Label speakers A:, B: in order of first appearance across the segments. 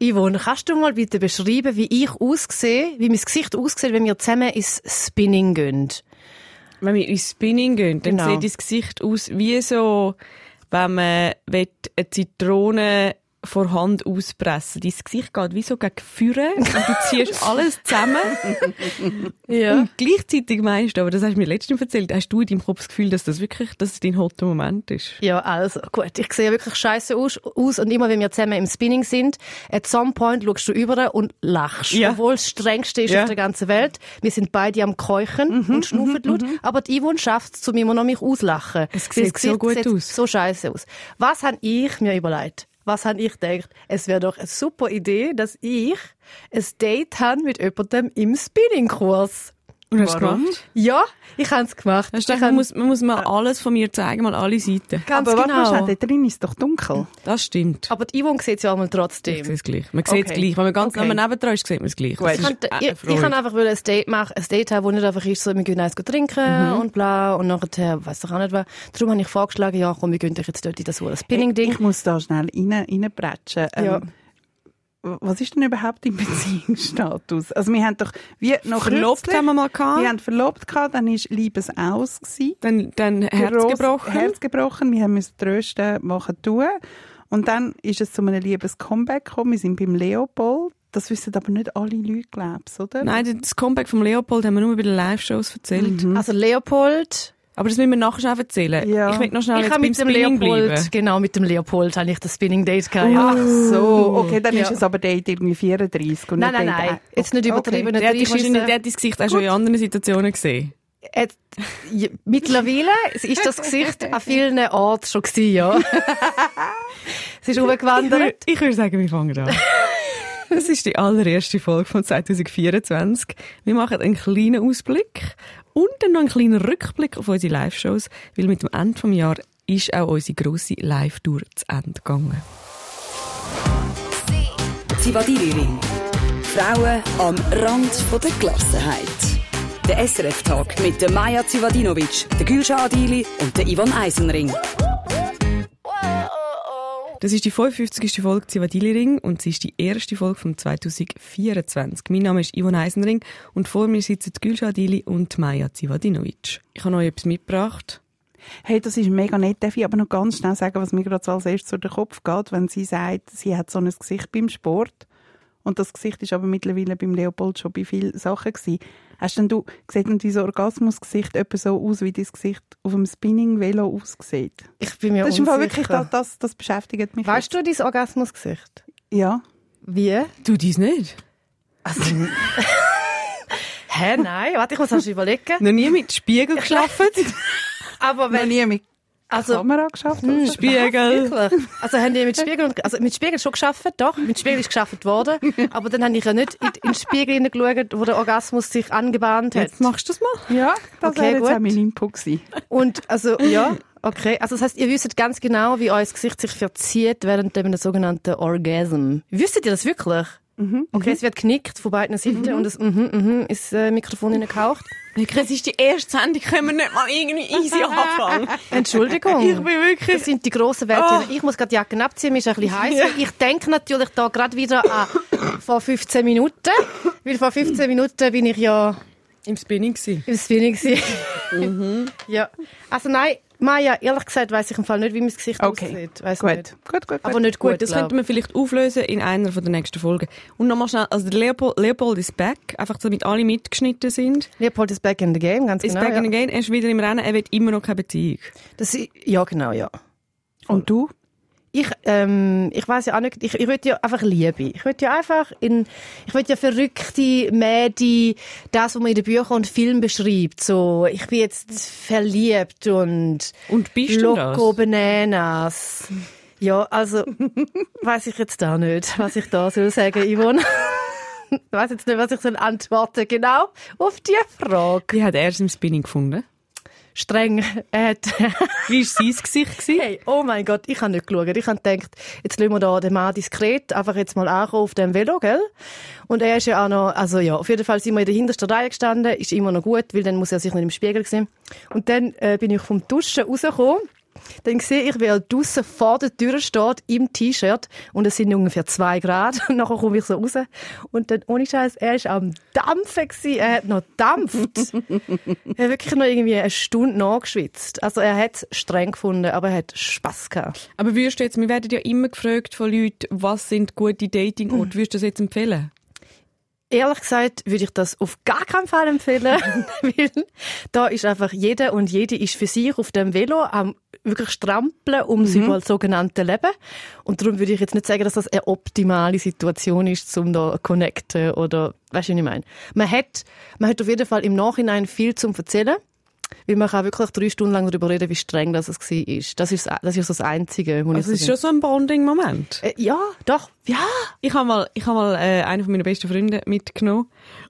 A: Yvonne, kannst du mal bitte beschreiben, wie ich aussehe, wie mein Gesicht aussieht, wenn wir zusammen ins Spinning gehen?
B: Wenn wir ins Spinning gehen, dann
A: Genau.
B: sieht das Gesicht aus wie so, wenn man will, eine Zitrone vor Hand auspressen Dein Gesicht geht wie so gegen Führer und du ziehst alles zusammen.
A: Ja.
B: Und gleichzeitig meinst du, aber das hast du mir letztens erzählt, hast du in deinem Kopf das Gefühl, dass das wirklich dass es dein hotter Moment ist?
A: Ja, also gut, ich sehe wirklich scheiße aus, aus und immer wenn wir zusammen im Spinning sind, at some point schaust du über und lachst,
B: Ja.
A: obwohl es strengste ist
B: Ja. Mhm,
A: auf der ganzen Welt. Wir sind beide am Keuchen und schnaufen laut, aber die Yvonne schafft es, um immer noch mich auszulachen.
B: Es
A: Weil
B: sieht so
A: Gesicht
B: gut
A: sieht
B: aus.
A: so scheiße aus. Was habe ich mir überlegt? Was habe ich gedacht? Es wäre doch eine super Idee, dass ich ein Date habe mit jemandem im Spinningkurs.
B: Und hast du
A: Warum?
B: gemacht?
A: Ja, ich habe es gemacht.
B: Hast du
A: Ich Äh.
B: gedacht, man
A: habe-
B: muss, man muss mal alles von mir zeigen, mal alle Seiten.
A: ganz
C: Aber warte mal
A: genau.
C: schnell, da drin ist doch dunkel.
B: Das stimmt.
A: Aber die Yvonne sieht es ja einmal trotzdem.
B: Ich sehe es gleich. Man sieht es
A: Okay.
B: gleich. Wenn man ganz
A: Okay.
B: okay. neben dran ist, sieht man es gleich. Das
A: Ich,
B: ist
A: kann,
B: eine
A: ich, ich
B: Freude.
A: kann einfach wollen ein Date machen, ein Date haben, wo nicht einfach ist, so, wir gehen eins trinken und bla und nachher, weiss ich auch nicht was. Darum habe ich vorgeschlagen, ja komm, wir gehen dich jetzt dort in das so ein Spinning-Ding.
C: Ich muss da schnell rein, reinbretschen.
A: Ja.
C: w- Was ist denn überhaupt im Beziehungsstatus? Also wir haben doch wie noch
B: Verlobt
C: kürzlich-
B: haben wir mal
C: Wir
B: gehabt.
C: haben verlobt gehabt, dann ist Liebes aus gewesen.
B: Dann, dann Herz
C: Gross-
B: gebrochen.
C: Herz gebrochen. Wir haben müssen trösten, machen tun. Und dann ist es zu einem liebes Comeback gekommen. Wir sind beim Leopold. Das wissen aber nicht alle Leute, glaubst du, oder?
B: Nein, das Comeback vom Leopold haben wir nur bei den Live-Shows erzählt.
A: Also Leopold,
B: Aber das müssen wir nachher schnell erzählen.
C: Ja.
B: Ich will noch schnell
A: ich
B: jetzt
A: habe
B: beim
A: mit dem
B: Spinning
A: Leopold,
B: bleiben.
A: genau, mit dem Leopold habe ich das Spinning-Date gehabt. Ja.
C: Ach so, okay, dann
A: Uh. Ja.
C: ist es aber Date irgendwie 34 und
A: Nein,
C: nicht
A: nein,
C: Date
A: nein,
C: ein-
A: jetzt nicht
C: Okay.
A: übertrieben.
B: Der hat, dich
A: reinschiessen.
B: wahrscheinlich, der hat dein Gesicht auch schon in anderen Situationen gesehen.
A: Äh, j- mittlerweile ist das Gesicht an vielen Orten schon gewesen, ja. es ist umgewandert.
B: Ich würde sagen, wir fangen an. Das ist die allererste Folge von 2024. Wir machen einen kleinen Ausblick und dann noch einen kleinen Rückblick auf unsere Live-Shows, weil mit dem Ende des Jahres ist auch unsere grosse Live-Tour zu Ende gegangen.
D: Zivadili-Ring. Frauen am Rand von der Gelassenheit. Der SRF-Tag mit der Maja Zivadinovic, der Gülşah Adili und der Ivan Eisenring.
B: Das ist die 55. Folge Zivadili Ring und es ist die erste Folge von 2024. Mein Name ist Ivan Eisenring und vor mir sitzen Gülşah Adili und Maja Zivadinovic. Ich habe euch etwas mitgebracht.
C: Hey, das ist mega nett. Darf ich aber noch ganz schnell sagen, was mir gerade so als erstes durch den Kopf geht, wenn sie sagt, sie hat so ein Gesicht beim Sport. Und das Gesicht ist aber mittlerweile beim Leopold schon bei vielen Sachen gewesen. Hast denn du, sieht denn dein Orgasmusgesicht etwa so aus, wie dein Gesicht auf dem Spinning-Velo aussieht?
A: Ich bin mir
C: Das ist im Fall
A: unsicher.
C: wirklich, das, das, das beschäftigt mich.
A: Weißt du dein Orgasmusgesicht?
C: Ja.
A: Wie?
B: Du dies nicht?
A: Hä, nein, warte, ich muss erst überlegen.
B: Noch nie mit Spiegel geschlafen?
A: Aber
C: Noch
A: wenn,
C: nie mit
A: also,
C: Kamera geschafft? oder?
B: Spiegel!
A: wirklich. Also, haben die mit Spiegel, und, also, mit Spiegel schon geschafft, doch. Mit Spiegel ist geschafft worden. Aber dann habe ich ja nicht in, in den Spiegel hineingeschaut, wo der Orgasmus sich angebahnt hat.
B: Jetzt machst du das mal.
C: Ja, das
A: Okay,
C: wäre jetzt
A: gut.
C: auch mein Input gewesen.
A: Und, also, ja, okay. Also, das heisst, ihr wisst ganz genau, wie euer Gesicht sich verzieht während dem sogenannten Orgasm. Wüsstet ihr das wirklich? Okay, es wird knickt von beiden Seiten und das mhm, mhm, ist äh, Mikrofon hineingehaucht.
B: Es ist die erste Sendung, können wir nicht mal irgendwie easy anfangen.
A: Entschuldigung.
B: Ich bin wirklich... Ah.
A: Das sind die grossen Werte. Ich muss gerade die Jacken abziehen, mir ist ein bisschen heiß. Ich denke natürlich da gerade wieder an vor 15 Minuten, weil vor 15 Minuten bin ich ja
B: Im Spinning gewesen.
A: im Spinning gewesen.
B: Mhm.
A: Ja. Also nein, Maja, ehrlich gesagt weiss ich im Fall nicht, wie mein Gesicht
C: Okay,
A: aussieht. Weiss
C: gut.
A: nicht.
C: gut, gut,
A: Aber nicht gut,
B: Gut, das
A: glaub.
B: könnten wir vielleicht auflösen in einer von der nächsten Folgen. Und nochmal schnell, also der Leopold, Leopold ist back, einfach damit alle mitgeschnitten sind.
A: Leopold ist back in the game, ganz
B: Ist
A: genau.
B: back
A: ja.
B: in the game, er ist wieder im Rennen, er will immer noch keine Beziehung.
A: Das i- ja, genau, ja.
C: Und du?
A: Ich, ähm, ich weiß ja auch nicht, ich, ich würde ja einfach Liebe. Ich würde ja einfach in, ich würde ja verrückte Medi, das, was man in den Büchern und Filmen beschreibt, so, ich bin jetzt verliebt und
B: Und bist du
A: Loco
B: das?
A: Bananas. Ja, also, weiß ich jetzt da nicht, was ich da soll sagen, Yvonne. Ich weiß jetzt nicht, was ich soll antworten, genau, auf die Frage.
B: Wie hat er es im Spinning gefunden?
A: Streng, äh, er hat,
B: Wie war sein Gesicht? Gewesen?
A: Hey, oh mein Gott, ich habe nicht geschaut. Ich habe gedacht, jetzt lassen wir da den Mann diskret einfach jetzt mal ankommen auf dem Velo, gell? Und er ist ja auch noch, also ja, auf jeden Fall sind wir in der hintersten Reihe gestanden, ist immer noch gut, weil dann muss er sich nicht im Spiegel sehen. Und dann äh, bin ich vom Duschen rausgekommen Dann sehe ich, wie er draussen vor der Tür steht, im T-Shirt. Und es sind ungefähr zwei Grad. Und nachher komme ich so raus. Und dann, ohne Scheiß, er war am Dampfen. Gewesen. Er hat noch dampft. er hat wirklich noch irgendwie eine Stunde nachgeschwitzt. Also er hat es streng gefunden, aber er hat Spass gehabt.
B: Aber würdest du jetzt, wir werden ja immer gefragt von Leuten, was sind gute Dating-Orte, würdest du das jetzt empfehlen?
A: Ehrlich gesagt würde ich das auf gar keinen Fall empfehlen, weil da ist einfach jeder und jede ist für sich auf dem Velo am wirklich strampeln ums mhm. sogenannte Leben. Und darum würde ich jetzt nicht sagen, dass das eine optimale Situation ist, um da connecten oder, weißt du, was ich meine? Man hat, man hat auf jeden Fall im Nachhinein viel zum erzählen, weil man kann wirklich drei Stunden lang darüber reden, wie streng das es war. Das ist, das ist so das Einzige, muss
B: Also
A: ich
B: es ist schon so ein Bonding-Moment.
A: sagen. Äh, ja, doch, ja.
B: Ich habe mal, ich hab mal äh, einen von meiner besten Freunde mitgenommen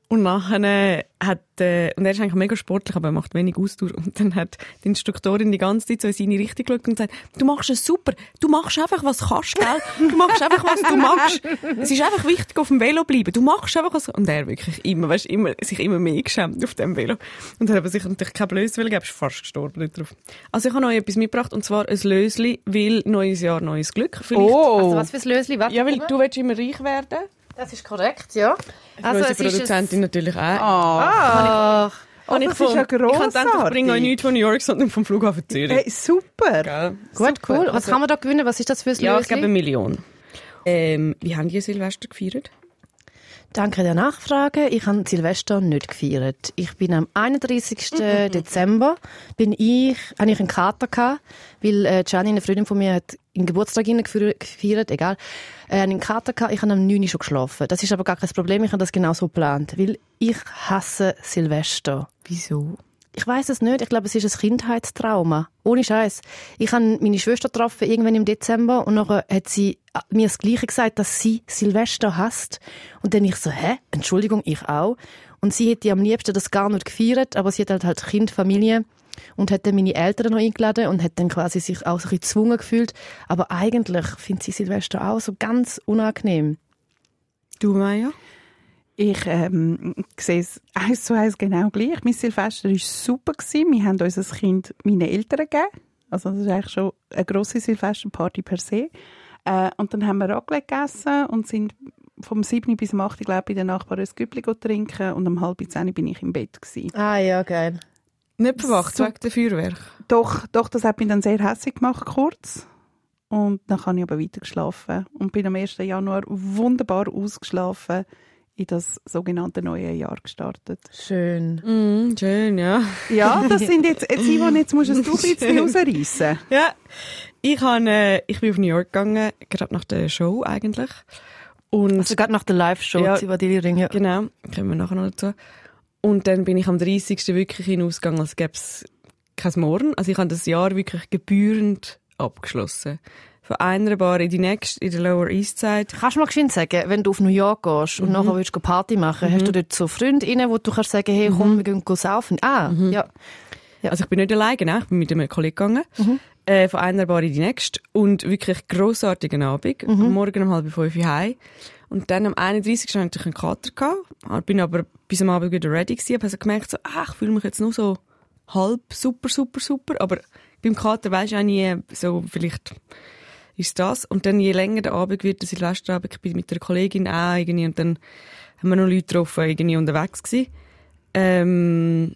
B: und nachher äh, hat äh, und er ist eigentlich mega sportlich, aber er macht wenig Ausdauer und dann hat die Instruktorin die ganze Zeit so in seine Richtung geschaut und gesagt, du machst es super, du machst einfach was kannst, gell? Du machst einfach was du machst. Es ist einfach wichtig auf dem Velo bleiben. Du machst einfach was und er wirklich immer, weißt, immer sich immer mehr geschämt auf dem Velo und hat aber sich natürlich kein Blödsinn gegeben, ist fast gestorben nicht drauf. Also ich habe noch etwas mitgebracht und zwar ein Lösli, weil neues Jahr neues Glück. Vielleicht
C: Oh,
A: Also was fürs Lösli, warte
B: Oh. ja, weil
A: mal.
B: du willst immer reich werden.
A: Das ist korrekt, ja.
B: Also
A: es
B: Unsere
A: ist ein-
B: Produzentin natürlich auch.
C: Ah,
A: Ach,
B: Und
C: das ist ja
B: ich habe gedacht, ich bringe euch
C: grossartig.
B: nichts von New York, sondern vom Flughafen Zürich.
C: Hey, super.
B: Gell?
A: gut, cool. Was kann man da gewinnen? Was ist das fürs
B: Also- Ja,
A: Lösli?
B: ich glaube eine Million. Ähm, wie haben die Silvester gefeiert?
A: Danke der Nachfrage. Ich habe Silvester nicht gefeiert. Ich bin am 31.
B: Mhm,
A: Dezember bin ich, hatte ich einen Kater gehabt, weil äh, Gianni, eine Freundin von mir, hat einen Geburtstag hinein gefeiert, gefeiert, egal. Äh, einen Kater gehabt. Ich habe am 9. Uhr schon geschlafen. Das ist aber gar kein Problem. Ich habe das genau so geplant, weil ich hasse Silvester.
B: Wieso?
A: Ich weiß es nicht. Ich glaube, es ist ein Kindheitstrauma. Ohne Scheiß. Ich habe meine Schwester getroffen irgendwann im Dezember und nachher hat sie äh, mir das Gleiche gesagt, dass sie Silvester hasst. Und dann ich so, hä? Entschuldigung, ich auch. Und sie hätte am liebsten das gar nicht gefeiert, aber sie hat halt, halt Kind, Familie und hat dann meine Eltern noch eingeladen und hat dann quasi sich auch so ein bisschen gezwungen gefühlt. Aber eigentlich findet sie Silvester auch so ganz unangenehm.
B: Du, Maya?
C: Ich ähm, sehe es eins zu eins genau gleich. Mein Silvester war super. Gewesen. Wir haben uns als Kind meinen Eltern gegeben. Also das ist eigentlich schon eine grosse Silvesterparty per se. Äh, und dann haben wir Raclette gegessen und sind vom 7. bis zum 8. glaube ich, bei den Nachbarn ein Güppli trinken und um halb 10 Uhr bin ich im Bett. Gewesen.
A: Ah ja, geil.
B: Nicht verwacht,
C: Super.
B: wegen der Feuerwerk.
C: Doch, doch, das hat mich dann sehr hässlich gemacht, kurz. Und dann habe ich aber weiter geschlafen und bin am 1. Januar wunderbar ausgeschlafen in das sogenannte neue Jahr gestartet.
A: Schön.
B: Mm, schön, ja.
C: Ja, das sind jetzt, jetzt Simon, jetzt musst du es doch jetzt rausreißen.
B: Ja, ich, han, äh, ich bin auf New York gegangen, gerade nach der Show eigentlich. Und
A: Also gerade nach der Live-Show,
B: Ja.
A: ja. über die Ringe.
B: Genau, kommen wir nachher noch dazu. Und dann bin ich am 30. wirklich hinausgegangen, als gäbe es kein Morgen. Also ich habe das Jahr wirklich gebührend abgeschlossen. Von einer Bar in die nächste, in der Lower East Side.
A: Kannst du mal geschwind sagen, wenn du auf New York gehst
B: Mhm.
A: und nachher willst du Party machen, hast du dort so Freundinnen, wo du kannst sagen, hey,
B: Mhm.
A: komm, wir gehen saufen? Ah, ja.
B: Also ich bin nicht alleine, ne? ich bin mit einem Kollegen gegangen. Äh, von einer Bar in die nächste. Und wirklich grossartigen Abend. Am Morgen um halb fünf Uhr heim. Und dann am 31. hatte ich einen Kater. Gehabt. Ah, Bin aber bis am Abend wieder ready gewesen. Habe also gemerkt, so, ah, ich fühle mich jetzt nur so halb super, super, super. Aber beim Kater weisst du auch nie, so vielleicht ist das. Und dann, je länger der Abend wird, der Silvesterabend, ich bin mit der Kollegin auch irgendwie, und dann haben wir noch Leute getroffen, irgendwie unterwegs gewesen. Ähm,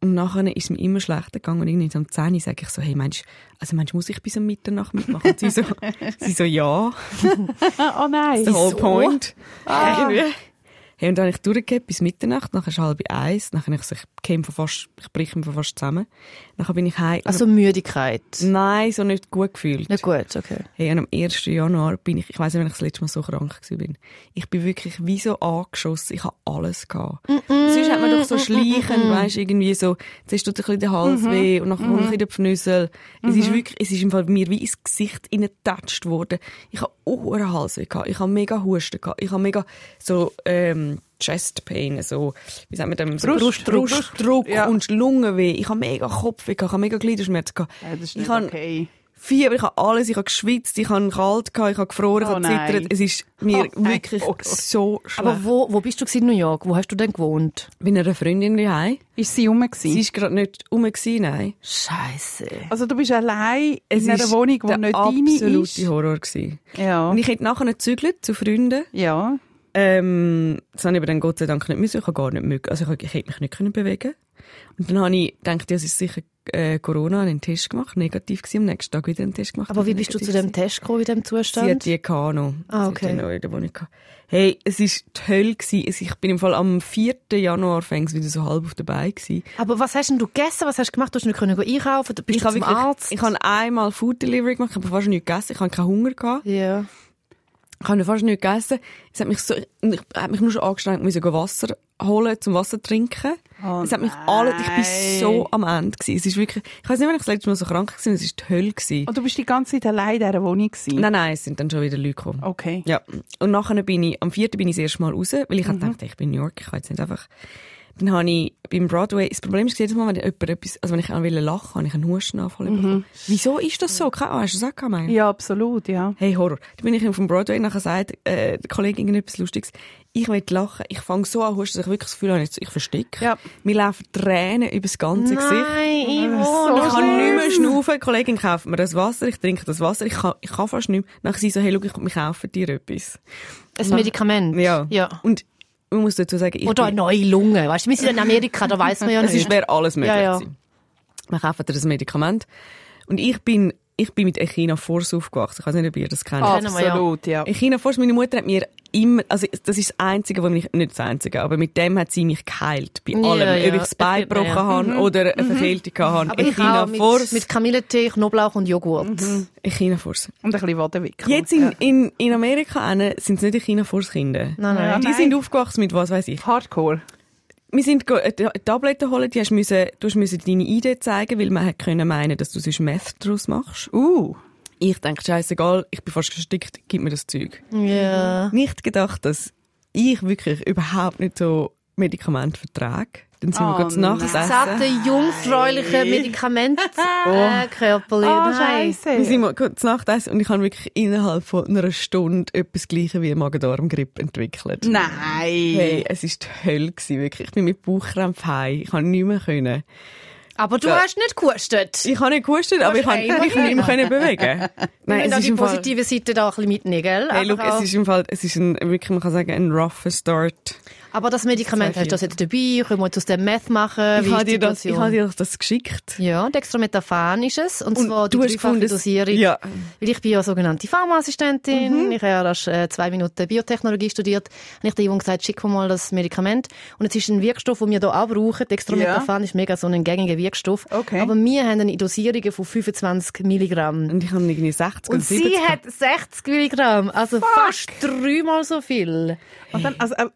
B: und nachher ist mir immer schlechter gegangen. Und irgendwie so um 10 Uhr sage ich so, hey, meinst, also meinst, muss ich bis um Mitternacht mitmachen? Und sie so, sie so, ja.
C: Oh nein.
B: The whole point. Irgendwie. Hey, und dann habe ich durchgegeben bis Mitternacht, nachher ist halb eins, nachher habe ich so, ich käme von fast, ich brich mir von fast zusammen. Nachher bin ich heim.
A: Also Müdigkeit.
B: Mhm. Nein, so nicht gut gefühlt.
A: Na gut, okay.
B: Hey, und am 1. Januar bin ich, ich weiß nicht, wenn ich das letzte Mal so krank gewesen bin. Ich bin wirklich wie so angeschossen. Ich habe alles gehabt. Sonst hat man doch so schleichen, weißt irgendwie so, zuerst tut ein bisschen der Hals
C: Mhm.
B: weh und nachher kommt ein bisschen der Pfnüssel. Es ist wirklich, es ist im Fall mir wie ins Gesicht reingetatscht worden. Ich habe auch einen Halsweh gehabt. Ich habe mega Husten gehabt. Ich habe mega so, ähm, Chest Pain, so, wie sagt man dem? So
C: Brustdruck.
B: Brustdruck
C: Ja.
B: und Lungenweh. Ich habe mega Kopfweh gehabt. Ich habe mega Gliederschmerzen gehabt.
C: Oh. Ja, das ist
B: ich
C: nicht
B: habe
C: okay.
B: Fieber, ich habe alles, ich habe geschwitzt, ich habe kalt gehabt, ich habe gefroren, ich
C: Oh
B: habe
C: nein.
B: gezittert. Es ist mir
C: Oh nein.
B: wirklich
C: Oh.
B: so schlecht.
A: Aber wo, wo bist du gewesen in New York? Wo hast du denn gewohnt?
B: bin einer Freundin daheim.
C: Ist sie rum gewesen?
B: Sie ist gerade nicht rum gewesen, nein.
A: Scheiße.
C: Also du bist allein
B: Es
C: in einer
B: ist
C: Wohnung, die
B: der
C: nicht deine
B: absolute
C: ist.
B: Horror gewesen.
C: Ja.
B: Und ich hätte nachher gezügelt zu Freunden.
C: Ja.
B: Ähm, das habe ich aber dann Gott sei Dank nicht müssen. Ich habe gar nicht mögen. Also ich, hab- ich hätte mich nicht können bewegen. Und dann habe ich gedacht, ja, es ist sicher äh, Corona, habe einen Test gemacht, negativ gewesen, am nächsten Tag wieder einen Test gemacht.
A: Aber wie
B: wieder
A: bist du zu
B: negativ
A: dem
B: gewesen.
A: Test gekommen, in dem
B: Sie hat
A: Zustand?
B: die gehabt noch.
A: Ah,
B: Sie
A: okay.
B: hat die noch in der Wohnung gehabt. Hey, es ist die Hölle gewesen. Es- Ich bin im Fall am 4. Januar fängs wieder so halb auf der Beine gewesen.
A: Aber was hast denn du gegessen? Was hast du gemacht? Du hast nicht können gehen einkaufen? Du Bist
B: ich
A: du
B: habe
A: zum
B: wirklich-
A: Arzt?
B: Ich habe einmal Food Delivery gemacht, ich habe fast nichts gegessen, ich habe keinen Hunger gehabt.
A: ja.
B: Ich habe fast nichts gegessen. Es hat mich so, ich habe mich nur schon angestrengt, müssen gehen Wasser holen, zum Wasser trinken.
C: Oh
B: es hat mich alle, ich bin
C: nein.
B: so am Ende gewesen. Es ist wirklich, ich weiß nicht, wann ich das letzte Mal so krank war, es ist die Hölle gewesen.
C: Und Oh, du bist die ganze Zeit allein in dieser Wohnung gewesen?
B: Nein, nein, es sind dann schon wieder Leute gekommen.
C: Okay.
B: Ja. Und nachher bin ich, am vierten bin ich das erste Mal raus, weil ich mhm. dachte, ich bin in New York, ich kann jetzt nicht einfach. Dann habe ich beim Broadway, das Problem ist, jedes Mal, wenn jemand etwas, also wenn ich auch lachen wollte, habe ich einen Hustenanfall bekommen. Wieso ist das so? Keine Ahnung, hast du das auch gehabt, Maya?
C: Ja, absolut, ja.
B: Hey, Horror. Da bin ich auf dem Broadway, nachher sagt äh, der Kollege irgendetwas Lustiges. Ich will lachen. Ich fange so an husten, dass ich wirklich das Gefühl habe, jetzt- ich verstecke.
C: Ja.
B: Mir laufen Tränen über das ganze Gesicht.
A: Nein,
B: Ah,
A: Oh, Ivo,
C: so
A: nein.
B: Ich kann nicht mehr schnaufen. Die Kollegin kauft mir das Wasser, ich trinke das Wasser, ich kann, ich kann fast nicht mehr. Nachher sie so, hey, schau, ich, wir kaufen dir etwas.
A: Ein Medikament.
B: Ja.
A: ja.
B: Und man muss dazu sagen, ich
A: Oder eine
B: bin-
A: neue Lunge. Weißt du, wir sind in Amerika, da weiß man ja
B: es
A: nicht.
B: ist, wäre alles möglich
A: Ja, ja.
B: gewesen. Man kauft dir das Medikament. Und ich bin, ich bin mit Echina Force aufgewachsen. Ich weiß nicht, ob ihr das kennt.
A: Ah, Kennen wir, ja.
C: Absolut, ja.
B: In China Forst, meine Mutter hat mir immer, also das ist das Einzige, wo mich, nicht das Einzige, aber mit dem hat sie mich geheilt. Bei
A: Ja,
B: allem.
A: ja,
B: Ob ich das
A: das
B: Bein
A: geht mir,
B: gebrochen
A: ja. Mhm.
B: habe oder eine Verkehltung hatte.
A: Aber ich auch mit,
B: Forst.
A: mit Kamillentee, Knoblauch und Joghurt.
B: Echina Forst.
C: Und ein bisschen Wadenwickel.
B: Jetzt in, in, in Amerika sind es nicht Echina Forst Kinder.
A: Nein, nein.
C: Ja,
B: Die
C: nein.
B: sind aufgewachsen mit was weiß ich.
C: Hardcore.
B: Wir sind go- äh, die Tabletten holen, die hast müssen, du hast müssen deine Idee zeigen, weil man hat können meinen, dass du sonst Meth draus machst.
C: Uh.
B: Ich denke, scheißegal, ich bin fast gestickt, gib mir das Zeug.
A: Ja.
B: nicht gedacht, dass ich wirklich überhaupt nicht so Medikamente vertrage. Dann sind
C: Oh
B: wir kurz nach das
A: Satte,
B: Essen.
A: jungfräuliche Medikament. Äh, Körperli.
C: Ah,
A: nein.
B: Wir
C: scheiße.
B: sind mal kurz nach das Essen und ich habe wirklich innerhalb von einer Stunde etwas Gleiches wie Magen-Darm-Grippe entwickelt.
C: Nein.
B: Hey, es war die Hölle, gewesen, wirklich. Ich bin mit Bauchkrämpfen heim. Ich konnte nicht mehr. Können.
A: Aber du hast nicht gehustet.
B: Ich habe nicht gehustet, aber ich konnte ich
A: einfach
B: konnte mich nicht mehr bewegen.
A: Nein, es
B: Nein, es ist
A: die
B: im Fall...
A: positive Seite da ein bisschen mitnehmen, gell?
B: Hey, look,
A: Einfach auch-
B: es ist im Fall, es ist ein, wirklich, man kann sagen, ein rougher Start.
A: aber das Medikament
B: Sehr
A: hast du das jetzt dabei, können wir jetzt aus dem Meth machen.
B: Ich
A: wie
B: habe
A: ist die
B: dir das, ich
A: Situation?
B: habe dir das geschickt.
A: Ja, Dextrometaphan ist es. Und, zwar die dreifache
B: gefunden,
A: Dosierung.
B: Ja.
A: Weil ich bin ja sogenannte Pharmaassistentin. Ich habe ja erst äh, zwei Minuten Biotechnologie studiert. Und ich habe Jungen gesagt, schick mir mal das Medikament. Und es ist ein Wirkstoff, den wir hier auch brauchen. Dextrometaphan ist mega so ein gängiger Wirkstoff.
C: Okay.
A: Aber wir haben eine Dosierung von 25 Milligramm.
B: Und ich habe irgendwie 60 und,
A: Und sie
B: 70
A: hat 60 Milligramm. Also fast dreimal so viel.
C: Und dann, also, äh,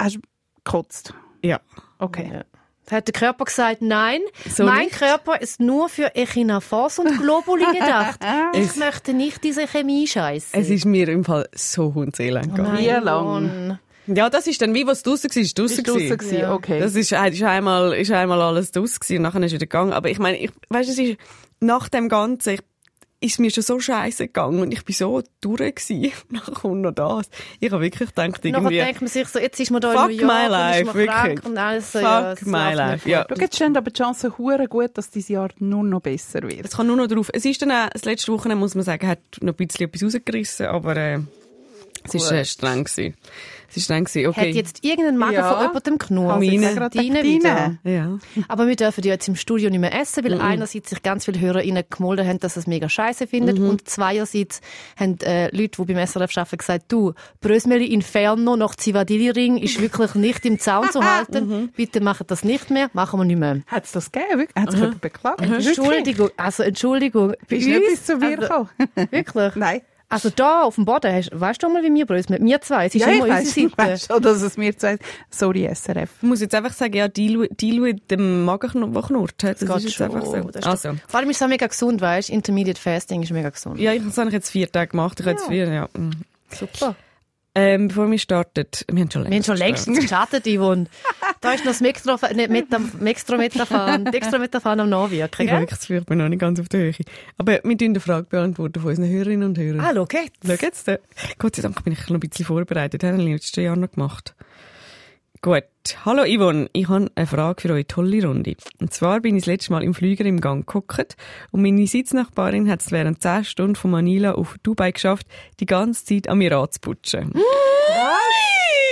C: hast du gekotzt?
B: Ja.
C: Okay.
A: Ja. Da hat der Körper gesagt, nein,
B: So
A: mein
B: nicht?
A: Körper ist nur für Echinaphase und Globuli gedacht. ich
B: Es-
A: möchte nicht diese Chemie scheiße.
B: Es ist mir im Fall so hundseelang gegangen.
C: Wie
A: Oh Nein,
C: lang?
A: Mann.
B: Ja, das ist dann wie, was draussen war, ist draussen
C: Bist du draussen
B: gewesen.
C: gewesen?
A: Ja.
C: Okay.
B: Das ist, ist einmal, ist einmal alles draussen gewesen und nachher ist wieder gegangen. Aber ich meine, ich, weißt, es ist, nach dem Ganzen, ich, ist mir schon so scheiße gegangen und ich bin so durch gewesen. Nachher kommt noch das. Ich habe wirklich
A: Nachher
B: gedacht, irgendwie,
A: denkt man sich so, jetzt ist man da
B: Fuck
A: in New York
B: my
A: und ist
B: life,
A: man krank
B: wirklich.
A: und alles so.
B: fuck
A: ja, es läuft
B: my
A: nicht
B: life.
A: gut.
B: Ja.
C: Schau, jetzt stehen aber die Chancen hure gut, dass dieses Jahr nur noch besser wird.
B: Es kann nur noch drauf. Es ist dann auch, das letzte Wochenende, muss man sagen, hat noch ein bisschen etwas rausgerissen, aber, äh, es ist äh, streng gewesen. Es ist streng gewesen, okay.
A: Hat jetzt irgendeinen Magen
C: Ja.
A: von jemandem
C: Also,
A: genommen?
C: ich
B: Meine.
C: habe gerade
A: Deine
C: gedacht,
A: wieder.
C: deine.
B: ja.
A: Aber wir dürfen ja jetzt im Studio nicht mehr essen, weil einerseits sich ganz viele HörerInnen gemolden haben, dass sie es mega scheiße finden
B: Mm-hmm.
A: und zweierseits haben äh, Leute, die beim SRF arbeiten, gesagt, du, Brösmeli Inferno nach Zivadili-Ring ist wirklich nicht im Zaun zu
B: Mm-hmm.
A: halten. Bitte macht das nicht mehr, machen wir nicht mehr.
C: Hat es das gegeben? Hat es jemand beklagt? Wirklich?
A: Entschuldigung, also Entschuldigung. bei
C: Bist du nicht
A: uns-
C: bis zu mir
A: also-
C: gekommen?
A: Wirklich?
C: Nein.
A: Also da auf dem Boden, hast, weißt du mal, wie wir bröseln? Wir zwei, es ist
C: Ja, ich
A: immer
C: weiss,
A: unsere
C: ich
A: Seite.
C: weiss schon, dass es mir zwei... Sorry, SRF.
B: Ich muss jetzt einfach sagen, ja, deal with, deal with dem Magen, kno- der knurrt. Das, das ist jetzt einfach so.
A: Das ist
B: Also,
A: doch- Vor allem ist es auch mega gesund, weißt du? Intermediate Fasting ist mega gesund.
B: ja, ich, das habe ich jetzt vier Tage gemacht. Ich habe jetzt vier, ja. mm.
A: Super.
B: Mhm. Ähm, bevor wir starten, wir haben schon längst.
A: Wir haben schon längst
B: gestartet.
A: gestartet, Yvonne. Da ist noch das Mextro- nicht mit dem- Mextrometaphan, die Dextrometaphan am Nachwirken,
B: Ich habe
A: gell?
B: das Gefühl, ich bin noch nicht ganz auf der Höhe. Aber wir tun die Frage beantworten von unseren Hörerinnen und Hörern.
A: Ah, schau jetzt.
B: Schau jetzt. äh, Gott sei Dank bin ich noch ein bisschen vorbereitet. Das habe ich letztes Jahr noch gemacht. Gut. Hallo Yvonne, ich habe eine Frage für euch. Tolle Runde. Und zwar bin ich das letzte Mal im Flieger im Gang gehockt und meine Sitznachbarin hat es während 10 Stunden von Manila auf Dubai geschafft, die ganze Zeit an mir anzuputschen.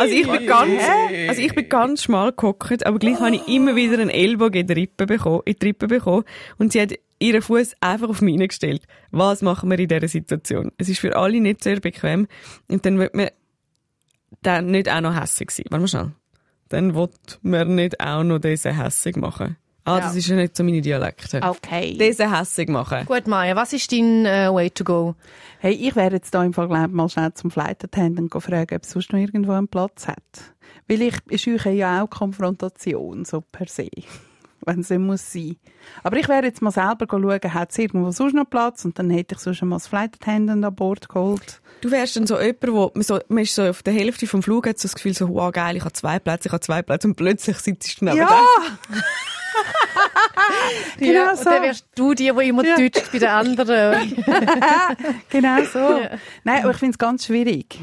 B: Also ich bin ganz, also ich bin ganz schmal gehockt, aber gleich habe ich immer wieder einen Ellbogen in die Rippe bekommen, in die Rippe bekommen und sie hat ihren Fuß einfach auf meine gestellt. Was machen wir in dieser Situation? Es ist für alle nicht sehr bequem und dann wird man dann nicht auch noch hässig sein. Warte mal schnell. Dann wird man nicht auch noch diesen hässig machen. Ah, das ist ja nicht so meine Dialekte.
C: Okay.
B: Diesen hässig machen.
A: Gut, Maya, was ist dein äh, Way to go?
C: Hey, ich wäre jetzt da im Fall glaub, ich, mal schnell zum Flight Attendant go fragen, ob es sonst noch irgendwo einen Platz hat. Weil ich scheue ja auch Konfrontation, so per se. Wenn es nicht muss sein. Aber ich wäre jetzt mal selber go schauen, hat es irgendwo sonst noch Platz? Und dann hätte ich sonst mal das Flight Attendant an Bord geholt.
B: Du wärst dann so jemand, wo man, so, man ist so auf der Hälfte vom Flug hat so das Gefühl so, wow, geil, ich habe zwei Plätze, ich habe zwei Plätze und plötzlich sitzt du neben
C: Ja!
B: dem.
C: Genau
A: und
C: so.
A: dann wärst du die, die immer
C: Ja.
A: deutscht bei den anderen.
C: Genau so. Nein, aber ich finde es ganz schwierig.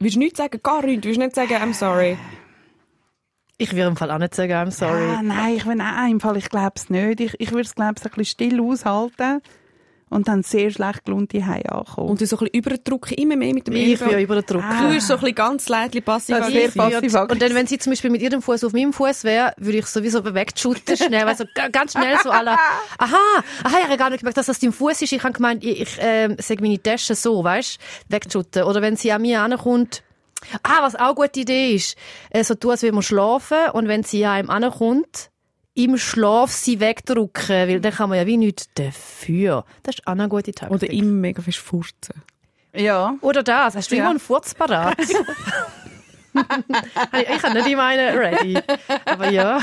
B: Willst du nichts sagen? Gar nichts. Willst du nicht sagen, I'm sorry?
A: Ich will im Fall auch nicht sagen, I'm sorry.
C: Ah, nein, ich will auch im Fall, ich glaube es nicht. Ich, ich würde es, glaube ich, ein bisschen still aushalten und dann sehr schlecht gelohnt die ankommen.
B: Und du so ein bisschen überdrücken, immer mehr mit dem
A: ich bin ja
B: Ellbogen.
A: über den Druck.
B: Du wirst so ein bisschen ganz leidlich passiv
C: Das ist sehr
B: aggressiv.
C: passiv aggressiv.
A: Und dann, wenn sie zum Beispiel mit ihrem Fuß auf meinem Fuß wäre, würde ich sowieso wegschütteln schnell, also ganz schnell so alle. Aha, aha, ich habe gar nicht gemerkt, dass das dein Fuß ist. Ich habe gemeint, ich, ich ähm, sage meine Tasche so, weißt, wegschütteln. Oder wenn sie an mich ankommt, ah, was auch eine gute Idee ist, äh, so tun, als würde man schlafen und wenn sie an ihm ankommt, im Schlaf sie wegdrücken, weil dann kann man ja wie nichts dafür. Das ist auch eine gute Taktik.
B: Oder immer mega fest furzen.
C: ja.
A: Oder das. Hast du
C: Ja.
A: immer einen Furz parat? ich
B: Also-
A: ich habe nicht immer einen ready. Aber ja.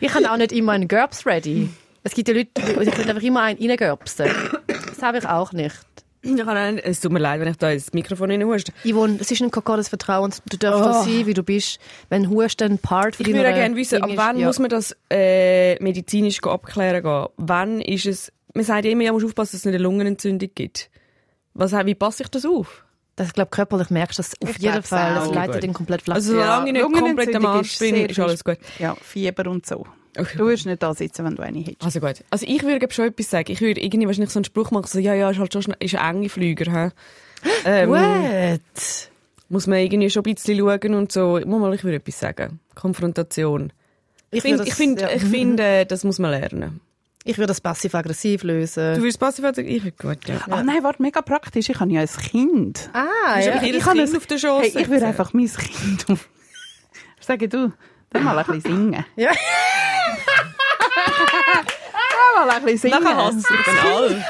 A: Ich habe auch nicht immer einen GURPS ready. Es gibt ja Leute, die können einfach immer einen reingurpsen. Das habe ich auch nicht.
B: Ich kann auch nicht- Es tut mir leid, wenn ich da ins Mikrofon reinhuste.
A: Yvonne, es ist ein Kokores Vertrauen. Du darfst da sein, wie du bist. Wenn Husten ein Part von
B: Oh. Ich würde
A: deiner
B: gerne wissen, ab
A: Ding ist,
B: wann
A: ja.
B: muss man das äh, medizinisch go abklären gehen? Wann ist es... Man sagt ja immer, ja, musst aufpassen, dass es nicht eine Lungenentzündung gibt. Was, wie passe ich das auf?
A: Das, ich glaube, körperlich merkst du das auf jeden
C: glaub's
A: Fall.
C: auch.
A: Das leitet den komplett flach.
B: Also solange ich nicht komplett am
C: Lungenentzündung
B: Arsch
C: ist
B: bin,
C: sehr
B: ist alles gut.
C: Ja, Fieber und so.
B: Okay.
C: Du wirst nicht da sitzen, wenn du eine hättest.
B: Also gut. Also ich würde glaub, schon etwas sagen. Ich würde irgendwie wahrscheinlich so einen Spruch machen, so, ja, ja, ist halt schon schn- ist ein enge Flüger, hä?
A: Mhm.
B: Ähm,
A: Gut.
B: muss man irgendwie schon ein bisschen schauen und so. Muss mal, ich würde etwas sagen. Konfrontation. Ich
A: würde
B: finde, ich
A: das-
B: finde,
A: ja.
B: ich finde, äh, das muss man lernen.
A: Ich würde das passiv-aggressiv
B: Du
A: lösen.
B: wirst passiv ich würde gut, ja.
C: Ah nein, warte, mega praktisch. Ich habe ja ein Kind.
A: Ah, ja.
B: aber
C: ich
B: jedes
C: kann
B: Kind
C: es-
B: auf der Schoss
C: Hey, ich würde
B: setzen.
C: einfach mein Kind auf... Sag du, dann mal ein bisschen singen.
A: Ja.
C: Dann mal ein bisschen singen.
B: Nachher hasst ich dann alle.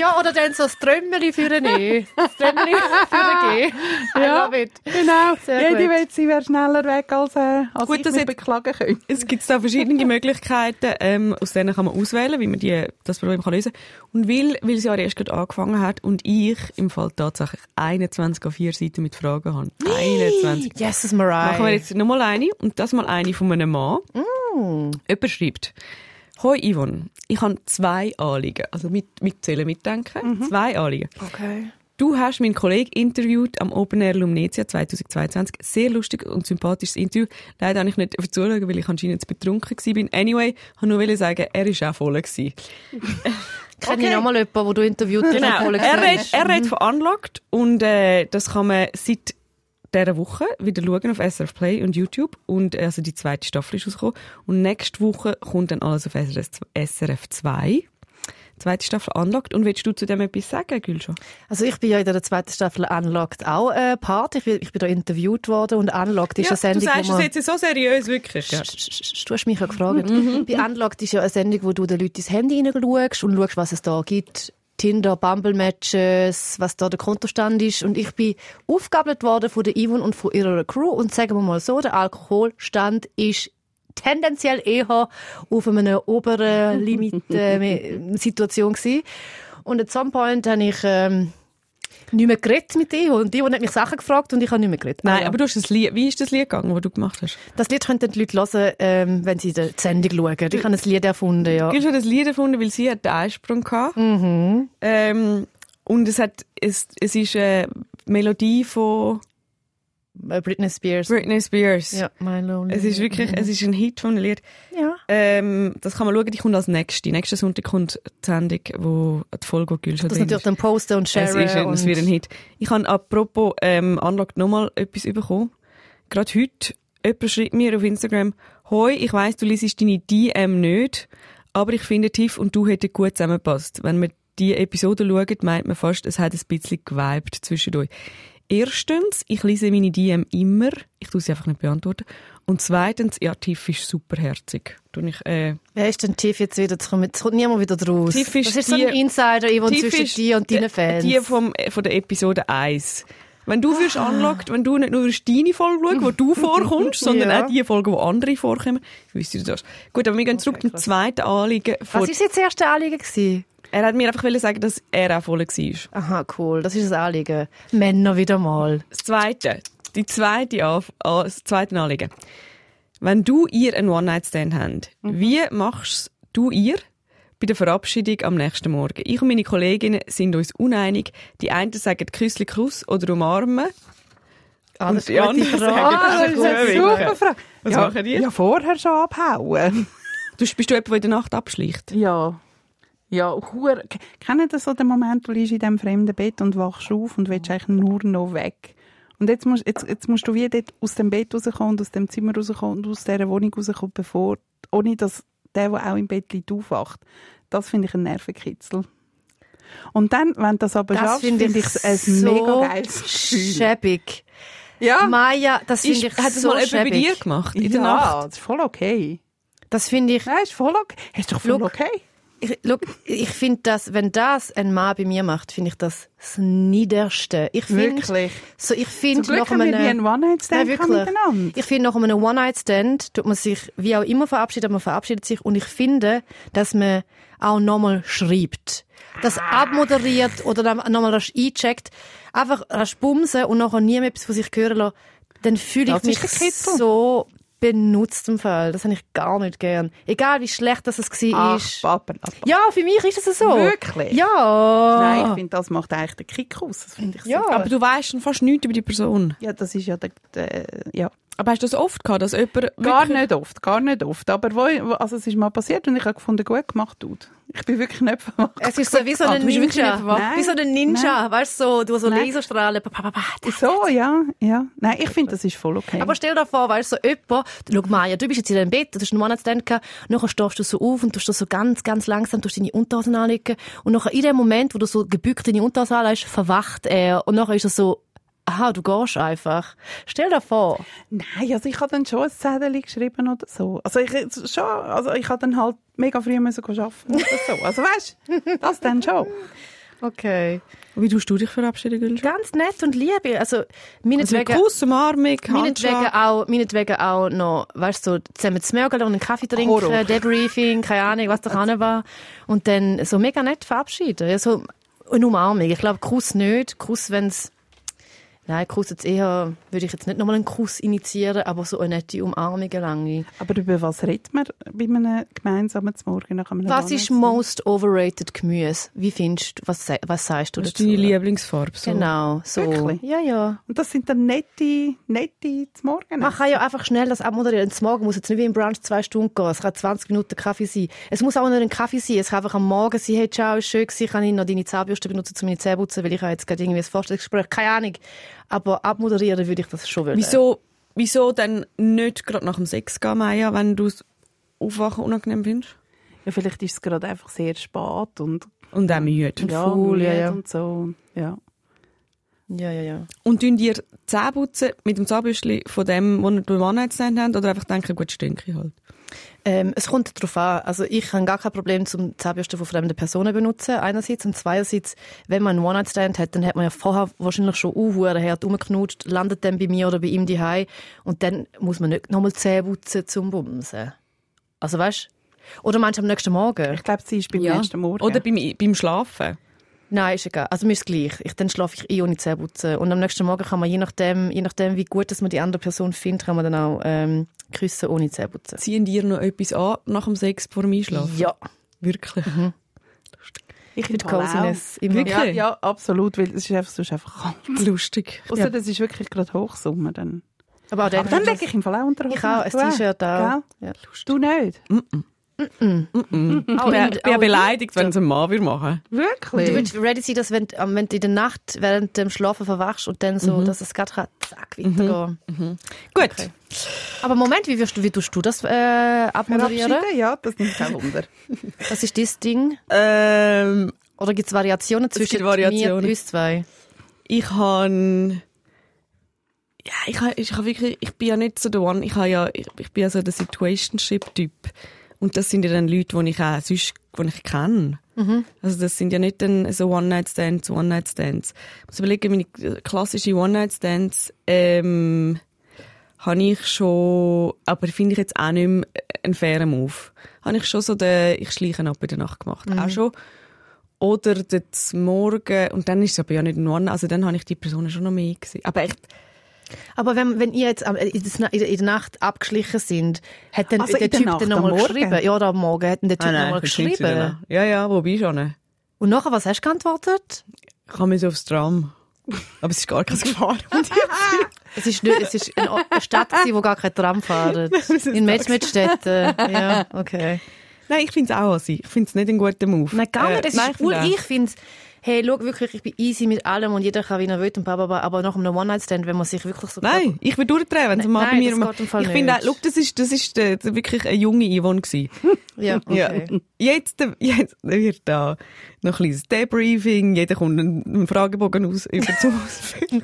A: Ja, oder dann so das Trömmeli für den E. Das Trömmeli für den G. I
C: Ja.
A: love it.
C: Genau.
A: Sehr
C: Jede
A: gut.
C: will, sie wäre schneller weg, als, äh, als
B: Gut,
C: ich
B: dass
C: mich
B: ich-
C: beklagen könnte.
B: Es gibt da verschiedene Möglichkeiten, ähm, aus denen kann man auswählen, wie man die, das Problem kann lösen Und weil, weil sie ja erst gerade angefangen hat und ich im Fall tatsächlich 21 auf 4 Seiten mit Fragen habe. 21.
A: Jesus Mariah.
B: Machen wir jetzt nochmal eine und das mal eine von einem Mann. Jemand schreibt, Hoi Yvonne, ich habe zwei Anliegen, also mit, mitzählen, mitdenken, zwei Anliegen.
A: Okay.
B: Du hast meinen Kollegen interviewt am Open Air Lumnezia 2022. Sehr lustig und sympathisches Interview. Leider habe ich nicht zuschauen, weil ich anscheinend zu betrunken war. Anyway, ich wollte nur sagen, er war auch voll. Gewesen.
A: Kenne ich nochmal jemanden, den du interviewt hast?
B: Genau.
A: obwohl
B: Er
A: gesehen
B: redet, er redet von Unlocked und äh, das kann man seit dieser Woche wieder schauen auf SRF Play und YouTube. Und äh, also die zweite Staffel ist rausgekommen. Und nächste Woche kommt dann alles auf SRF, 2. Zweite Staffel Unlocked. Und willst du zu dem etwas sagen, Gülscha?
A: Also ich bin ja in der zweiten Staffel Unlocked auch äh, Part. Ich, bin- ich bin da interviewt worden und Unlocked ist eine Sendung,
B: du sagst
A: wo
B: es
A: man...
B: jetzt so seriös, wirklich. Ja.
A: Sch- sch- sch- Du hast mich ja gefragt. Bei Unlocked ist ja eine Sendung, wo du den Leuten ins Handy hineinschaust und schaust, was es da gibt. Tinder, Bumble-Matches, was da der Kontostand ist. Und ich bin aufgabelt worden von der Yvonne und von ihrer Crew. Und sagen wir mal so, der Alkoholstand ist tendenziell eher auf einer oberen äh, Limit-Situation gewesen. Und at some point habe ich... Ähm, nicht mehr geredet mit ihr. Und die, die hat mich Sachen gefragt und ich habe nicht mehr geredet.
B: Nein,
A: Ah, ja.
B: aber du hast das Lied, wie ist das Lied gegangen, das du gemacht hast?
A: Das Lied könnten die Leute hören, ähm, wenn sie die Sendung schauen. Ich habe ein Lied erfunden, ja. Mhm.
B: Ich habe das Lied erfunden, weil sie hat den Einsprung gehabt. Ähm, und es hat, es, es ist eine Melodie von
A: Äh, Britney Spears.
B: Britney Spears.
A: Ja, My Lonely.
B: Es ist wirklich, es ist ein Hit von dem Lied.
A: Ja.
B: Ähm, das kann man schauen, die kommt als nächste. Nächsten Sonntag kommt die Sendung, wo die Folge Gülsch
A: Das natürlich dann posten und
B: Es,
A: sharen.
B: ist, ein- es
A: und
B: wird ein Hit. Ich habe apropos ähm, Unlocked nochmal etwas bekommen. Gerade heute, jemand schreibt mir auf Instagram, «Hoi, ich weiss, du liest deine DM nicht, aber ich finde, Tiff und du hätten gut zusammengepasst. Wenn man die Episode schaut, meint man fast, es hat ein bisschen geweibt zwischen euch. Erstens, ich lese meine DM immer. Ich tue sie einfach nicht beantworten. Und zweitens, ja, Tiff ist superherzig. Tue Ich, äh,
A: Wer ist denn Tiff jetzt wieder? Jetzt kommt, jetzt kommt niemand wieder draus.
B: Tiff ist
A: das ist so ein
B: die-
A: Insider, Ivo,
B: Tief
A: zwischen
B: ist
A: dir und
B: die-
A: deinen Fans.
B: Die vom, äh, von der Episode 1. Wenn du
A: Ah.
B: wirst anlockt, wenn du nicht nur würdest deine Folge schauen, wo du vorkommst, sondern
A: Ja. Oh,
B: auch die Folge, wo andere vorkommen, wüsste du das. Gut, aber wir gehen zurück zum zweiten Anliegen. Von,
A: Was war jetzt das erste Anliegen? gewesen?
B: er hat mir einfach wollen sagen, dass er auch voll war.
A: Aha, cool. Das ist das Anliegen. Männer wieder mal.
B: Das zweite, die zweite Anf ah, das zweite Anliegen. Wenn du ihr einen One-Night-Stand habt,
A: Mhm.
B: wie machst du ihr bei der Verabschiedung am nächsten Morgen? Ich und meine Kolleginnen sind uns uneinig. Die einen sagen Küssli, Kuss oder umarmen.
A: Ah, das
B: Und die
A: ist eine gute Also,
B: anderen
A: Frage.
B: sagen,
A: Das ist eine
B: das
A: gute
B: ist gut.
A: Frage.
C: Super Frage.
B: Was
C: ja,
B: machen die?
C: Ja, vorher schon abhauen.
B: Du bist du jemand, der in der Nacht abschleicht.
C: Ja. Ja, hure. K- Kennt ihr so den Moment, du liegst in diesem fremden Bett und wachst auf und willst eigentlich nur noch weg? Und jetzt musst, jetzt, jetzt musst du wie dort aus dem Bett rauskommen und aus dem Zimmer rauskommen und aus dieser Wohnung rauskommen, bevor, ohne dass der, der auch im Bett liegt, aufwacht. Das finde ich ein Nervenkitzel. Und dann, wenn du das aber
A: Das
C: schaffst,
A: finde
C: finde
A: ich,
C: ich es ein
A: so
C: mega geiles Gefühl.
A: schäbig.
C: Ja,
A: Maya, das finde ich
B: Ah. Ist- hat das
A: so
B: mal jemand bei
A: schäbig.
B: dir gemacht? In der
C: ja
B: Nacht?
C: das ist voll okay.
A: Das finde ich...
C: Nein, ist voll okay. Ist doch voll
A: Look.
C: okay.
A: Ich, look, ich finde das, wenn das ein Mann bei mir macht, finde ich das das Niederste. Ich find,
C: Wirklich.
A: So, ich
C: Zum
A: finde
C: Glück
A: nach
C: haben wir wie
A: einem...
C: einen One-Night-Stand
A: Nein,
C: gehabt
A: wirklich.
C: miteinander.
A: Ich finde, nach einem One-Night-Stand tut man sich wie auch immer verabschiedet, aber man verabschiedet sich. Und ich finde, dass man auch nochmal schreibt. Das
C: Ah.
A: abmoderiert oder dann nochmal rasch eincheckt. Einfach rasch bumsen und nachher nie mehr etwas von sich hören lassen. Dann fühle ich
C: Das
A: mich
C: ist der Kitzel.
A: so benutzt im Fall. Das habe ich gar nicht gern. Egal wie schlecht das es war.
C: Ach, Papa, Papa.
A: ja, für mich ist das so.
C: Wirklich?
A: Ja.
C: Nein, ich finde, das macht eigentlich den Kick aus. Das finde ich
A: Ja.
C: super.
B: Aber du weißt schon fast nichts über die Person.
C: Ja, das ist ja der, der ja.
B: Aber hast du das oft gehabt, dass jemand
C: Gar
B: wirklich-
C: nicht oft, gar nicht oft. Aber wo, wo- also es ist mal passiert und ich habe gefunden, gut gemacht, Dude. Ich bin wirklich nicht verwacht.
A: Es ist so wie so
B: Ah,
A: ein
B: du bist wirklich
A: Ninja.
B: nicht verwandt.
A: Wie so ein Ninja. Weißt du, so, du so
C: Nein.
A: Laserstrahlen. pa, pa, pa, pa, da.
C: So, ja, ja. Nein, ich finde, das ist voll okay.
A: Aber stell dir vor, weißt du, so jemand, schau Maja, du bist jetzt in deinem Bett, du hast einen One-Night-Stand gehabt, nachher stehst du so auf und tust das so ganz, ganz langsam, tust deine Unterhosen anlegen und nachher in dem Moment, wo du so gebückt deine Unterhosen anlegst, verwacht er und nachher ist er so, aha, du gehst einfach. Stell dir vor.
C: Nein, also ich habe dann schon ein Zettel geschrieben oder so. Also ich jetzt schon, also ich habe dann halt mega früh müssen gehen arbeiten oder so. Also weißt, du, das dann schon.
A: Okay.
B: Wie tust du dich verabschieden, Gülsch?
A: Ganz nett und liebe. Also,
B: Also mit
A: meinetwegen...
B: Kuss, Umarmung,
A: Meinetwegen
B: Handschlag.
A: auch, meinetwegen auch noch, weißt du, so zusammen zu mögeln und einen Kaffee trinken,
C: Horror.
A: Debriefing, keine Ahnung, was da dran war. Und dann so mega nett verabschieden. Ja, so eine Umarmung. Ich glaube, Kuss nicht. Kuss, wenn's, nein, Kuss jetzt eher, würde ich jetzt nicht nochmal einen Kuss initiieren, aber so eine nette Umarmung lange.
C: Aber über was redet man bei einem gemeinsamen Morgen nach einem
A: Was ist
C: One-Night-Stand?
A: most overrated Gemüse? Wie findest du, was, se- was sagst du
B: Das ist
A: dazu?
B: deine Lieblingsfarbe. So.
A: Genau, so.
C: Wirklich?
A: Ja, ja.
C: Und das sind dann nette, nette Morgen.
A: Man kann ja einfach schnell das abmoderieren. Und zum Morgen muss jetzt nicht wie im Brunch zwei Stunden gehen. Es kann 20 Minuten Kaffee sein. Es muss auch nicht ein Kaffee sein. Es kann einfach am Morgen sein, hey, ciao, ist schön gewesen. Kann ich noch deine Zahnbürste benutzen, um meine Zähne zu putzen, weil ich habe jetzt gerade irgendwie ein Vorstellungsgespräch. Keine Ahnung. Aber abmoderieren würde ich das schon wollen.
B: Wieso, wieso dann nicht gerade nach dem Sex gehen, Maya, wenn du das Aufwachen unangenehm findest?
C: Ja, vielleicht ist es gerade einfach sehr spät und,
B: Und auch müde.
A: Und faul, ja,
C: müde
A: ja.
C: und so. Ja.
A: Ja, ja, ja.
B: Und tun dir die Zähne putzen mit dem Zahnbürstchen von dem, wo ihr den One-Night-Stand habt, oder einfach denken, gut, stinke ich halt.
A: Ähm, es kommt darauf an. Also ich habe gar kein Problem, zum Zahnbürste von fremden Personen benutzen, einerseits. Und zweiterseits, wenn man einen One-Night-Stand hat, dann hat man ja vorher wahrscheinlich schon uh, hart rumgeknutscht, landet dann bei mir oder bei ihm die Und dann muss man nicht nochmal Zähne putzen zum Bumsen. Also weißt Oder meinst du am nächsten Morgen?
C: Ich glaube, sie ist beim nächsten Morgen.
B: Oder beim, beim Schlafen.
A: Nein, ist egal. Also mir ist gleich. Ich, dann schlafe ich ein ohne Zähneputzen. Und am nächsten Morgen kann man, je nachdem, je nachdem wie gut dass man die andere Person findet, kann man dann auch ähm, küssen ohne Zähneputzen.
B: Ziehen dir noch etwas an nach dem Sex vor dem Einschlafen?
A: Ja,
B: Wirklich.
C: Ich
A: für die
C: im Fall auch.
A: Coziness. Immer.
B: Wirklich?
A: Ja.
C: Ja, ja, absolut, weil es ist einfach, sonst einfach kalt.
B: Lustig.
C: Ausser, das ist wirklich gerade Hochsommer. Dann,
A: Aber auch dann,
C: aber dann lege ich im Fall auch unter
A: Ich auch, ein T-Shirt auch. Ja.
C: Du nicht?
B: Oh, Ich bin, ich bin ja beleidigt, wenn es ein Mann würde machen
A: Du
C: Wirklich?
A: würdest ready sein, dass wenn, ähm, wenn du in der Nacht während dem Schlafen verwachst und dann
B: Mhm.
A: so, dass es gerade kann, zack, weitergehen.
B: Gut.
A: Aber Moment, wie, wirst, du- wie tust du das äh, abmoderieren?
C: Verabschieden? Ja, das nimmt kein Wunder.
A: Was ist dein Ding?
B: Ähm,
A: Oder gibt es Variationen zwischen mir
B: Variationen.
A: und uns zwei?
B: ich habe... Ja, ich, ha- ich, ha wirklich, ich bin ja nicht so der One. Ich, ha ja, ich, ich bin ja so der Situationship-Typ. Und das sind ja dann Leute, die ich auch sonst die ich kenne. Also das sind ja nicht dann so One-Night-Stands, One-Night-Stands. Ich muss überlegen, meine klassische One-Night-Stands... Ähm, habe ich schon, aber finde ich jetzt auch nicht mehr äh, einen fairen Move. Habe ich schon so den «Ich schleiche ab in der Nacht» gemacht. Auch schon. Oder den «Morgen», und dann ist es aber ja nicht nur, also dann habe ich die Personen schon noch mehr gesehen. Aber echt,
A: Aber wenn, wenn ihr jetzt am- in des- in der Nacht abgeschlichen sind, hat dann
C: Also
A: der
C: in der
A: Typ
C: Nacht,
A: dann
C: am
A: nochmal
C: Morgen?
A: geschrieben? Ja, oder am Morgen hat dann
B: Ah,
A: der Typ nochmal
B: verschwindet sie dann
A: geschrieben.
B: auch. Ja, ja, wobei schon.
A: Und nachher, was hast du geantwortet?
B: Ich habe mich so aufs Tram. Aber es ist gar keine Gefahr.
A: Es ist, nicht, es ist eine O- eine Stadt, gewesen, wo gar kein Tram fahren. In Metzmetstädten. Ja, okay.
B: Nein, ich finde es auch assi. Ich finde es nicht ein guter Move.
A: Nein, gar nicht.
B: Äh,
A: Es
B: nein,
A: ist
B: ich
A: ur
B: finde auch.
A: ich finde hey, schau, wirklich, ich bin easy mit allem und jeder kann, wie er will und bla, bla, bla. Aber nach einem One-Night-Stand, wenn man sich wirklich so...
B: Nein, ich würde durchdrehen, wenn es mal bei
A: nein,
B: mir...
A: das geht im Fall
B: ich finde auch,
A: nicht.
B: schau, das ist, das ist äh, wirklich eine junge Yvonne gewesen.
A: Ja, okay.
B: Ja. Jetzt, äh, jetzt wird da noch ein kleines Debriefing. Jeder kommt einen, einen Fragebogen aus über zum Ausfüllen.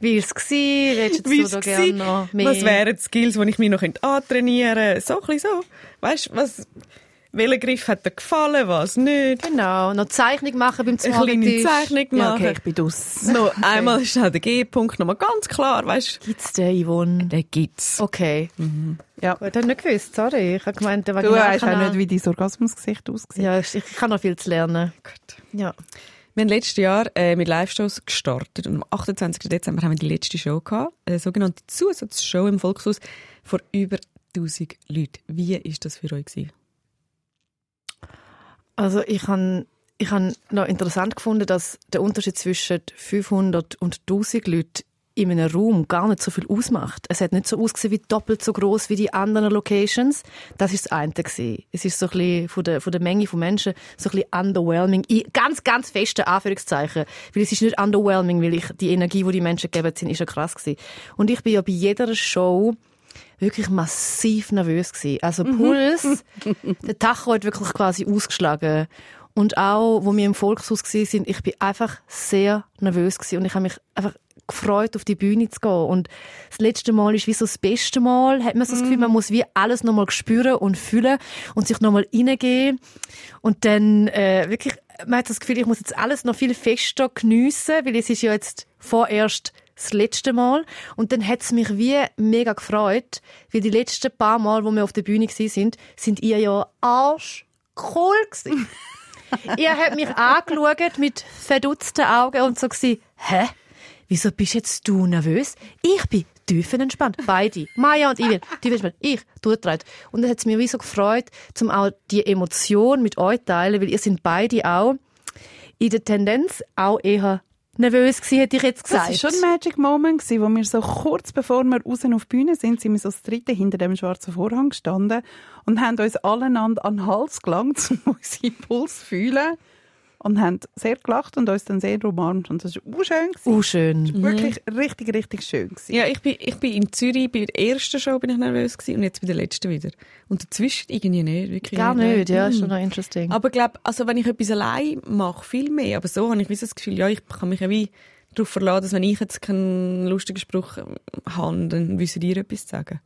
A: Wie ist es gewesen? Willst
B: Wie
A: du
B: ist
A: da
B: es
A: gerne
B: gewesen?
A: noch mehr?
B: Was wären die Skills, die ich mir noch könnte antrainieren könnte? So ein bisschen so. Weißt du, was, welcher Griff hat dir gefallen, was nicht?
A: Genau, noch Zeichnung machen beim
B: Eine
A: Zimmertisch.
B: kleine Zeichnung machen.
C: Ja, okay, ich bin aus.
B: Noch einmal ist halt der G-Punkt nochmal ganz klar, weißt Oh du?
A: Gibt's den, Yvonne?
B: Den gibt's.
A: Okay.
B: Mhm.
C: Ja.
A: Gut, hab ich nicht gewusst, sorry. Ich habe gemeint, der
C: Du weißt auch
A: Vaginalkanal-
C: nicht, wie dein Orgasmusgesicht aussieht.
A: Ja, ich, ich kann noch viel zu lernen.
B: Gut.
A: Ja.
B: Wir haben letztes Jahr äh, mit Live-Shows gestartet und am 28. Dezember haben wir die letzte Show gehabt, eine sogenannte Zusatzshow im Volkshaus vor über 1000 Leuten. Wie ist das für euch gewesen?
A: Also ich habe ich han noch interessant gefunden, dass der Unterschied zwischen 500 und 1000 Leuten in einem Raum gar nicht so viel ausmacht. Es hat nicht so ausgesehen wie doppelt so groß wie die anderen Locations. Das ist das eine gewesen. Es ist so ein bisschen von der, von der Menge von Menschen so ein bisschen underwhelming. In ganz, ganz festen Anführungszeichen. Weil es ist nicht underwhelming, weil ich, die Energie, die die Menschen gegeben sind, ist ja krass gewesen. Und ich bin ja bei jeder Show wirklich massiv nervös gewesen. Also Puls, der Tacho hat wirklich quasi ausgeschlagen. Und auch, wo wir im Volkshaus gewesen sind, ich bin einfach sehr nervös gewesen und ich habe mich einfach gefreut, auf die Bühne zu gehen. Und das letzte Mal ist wie so das beste Mal, hat man so das Gefühl, man muss wie alles nochmal spüren und fühlen und sich nochmal reingeben. Und dann äh, wirklich, man hat das Gefühl, ich muss jetzt alles noch viel fester geniessen, weil es ist ja jetzt vorerst das letzte Mal. Und dann hat's mich wie mega gefreut, weil die letzten paar Mal, wo wir auf der Bühne gsi sind, sind ihr ja arschkohl gewesen. ihr habt mich angeschaut mit verdutzten Augen und so gsi, hä? Wieso bist jetzt du nervös? Ich bin tiefenentspannt. Beide. Maya und Ivan. Tiefenentspannt. Ich, durchdreht. Und dann hat's mich wie so gefreut, zum auch die Emotion mit euch teilen, weil ihr sind beide auch in der Tendenz auch eher nervös gewesen, hätte ich jetzt gesagt.
C: Das war schon ein Magic Moment, gewesen, wo wir so kurz bevor wir raus auf die Bühne sind, sind wir so das dritte hinter dem schwarzen Vorhang gestanden und haben uns alleinander an den Hals gelangt, um unseren Puls zu fühlen. Und haben sehr gelacht und uns dann sehr umarmt. Und das war schön. Mhm.
A: Oh, schön.
C: Wirklich richtig, richtig schön. Gewesen.
B: Ja, ich bin, ich bin in Zürich, bei der ersten Show bin ich nervös gewesen und jetzt bei der letzten wieder. Und dazwischen irgendwie nicht. Wirklich
A: Gar nicht, ja, ne? ist
B: Mhm.
A: schon noch interesting.
B: Aber ich glaube, also wenn ich etwas allein mache, viel mehr. Aber so habe ich wie so das Gefühl, ja, ich kann mich ja wie darauf verlassen, dass wenn ich jetzt keinen lustigen Spruch ähm, habe, dann wüsste ihr etwas zu sagen.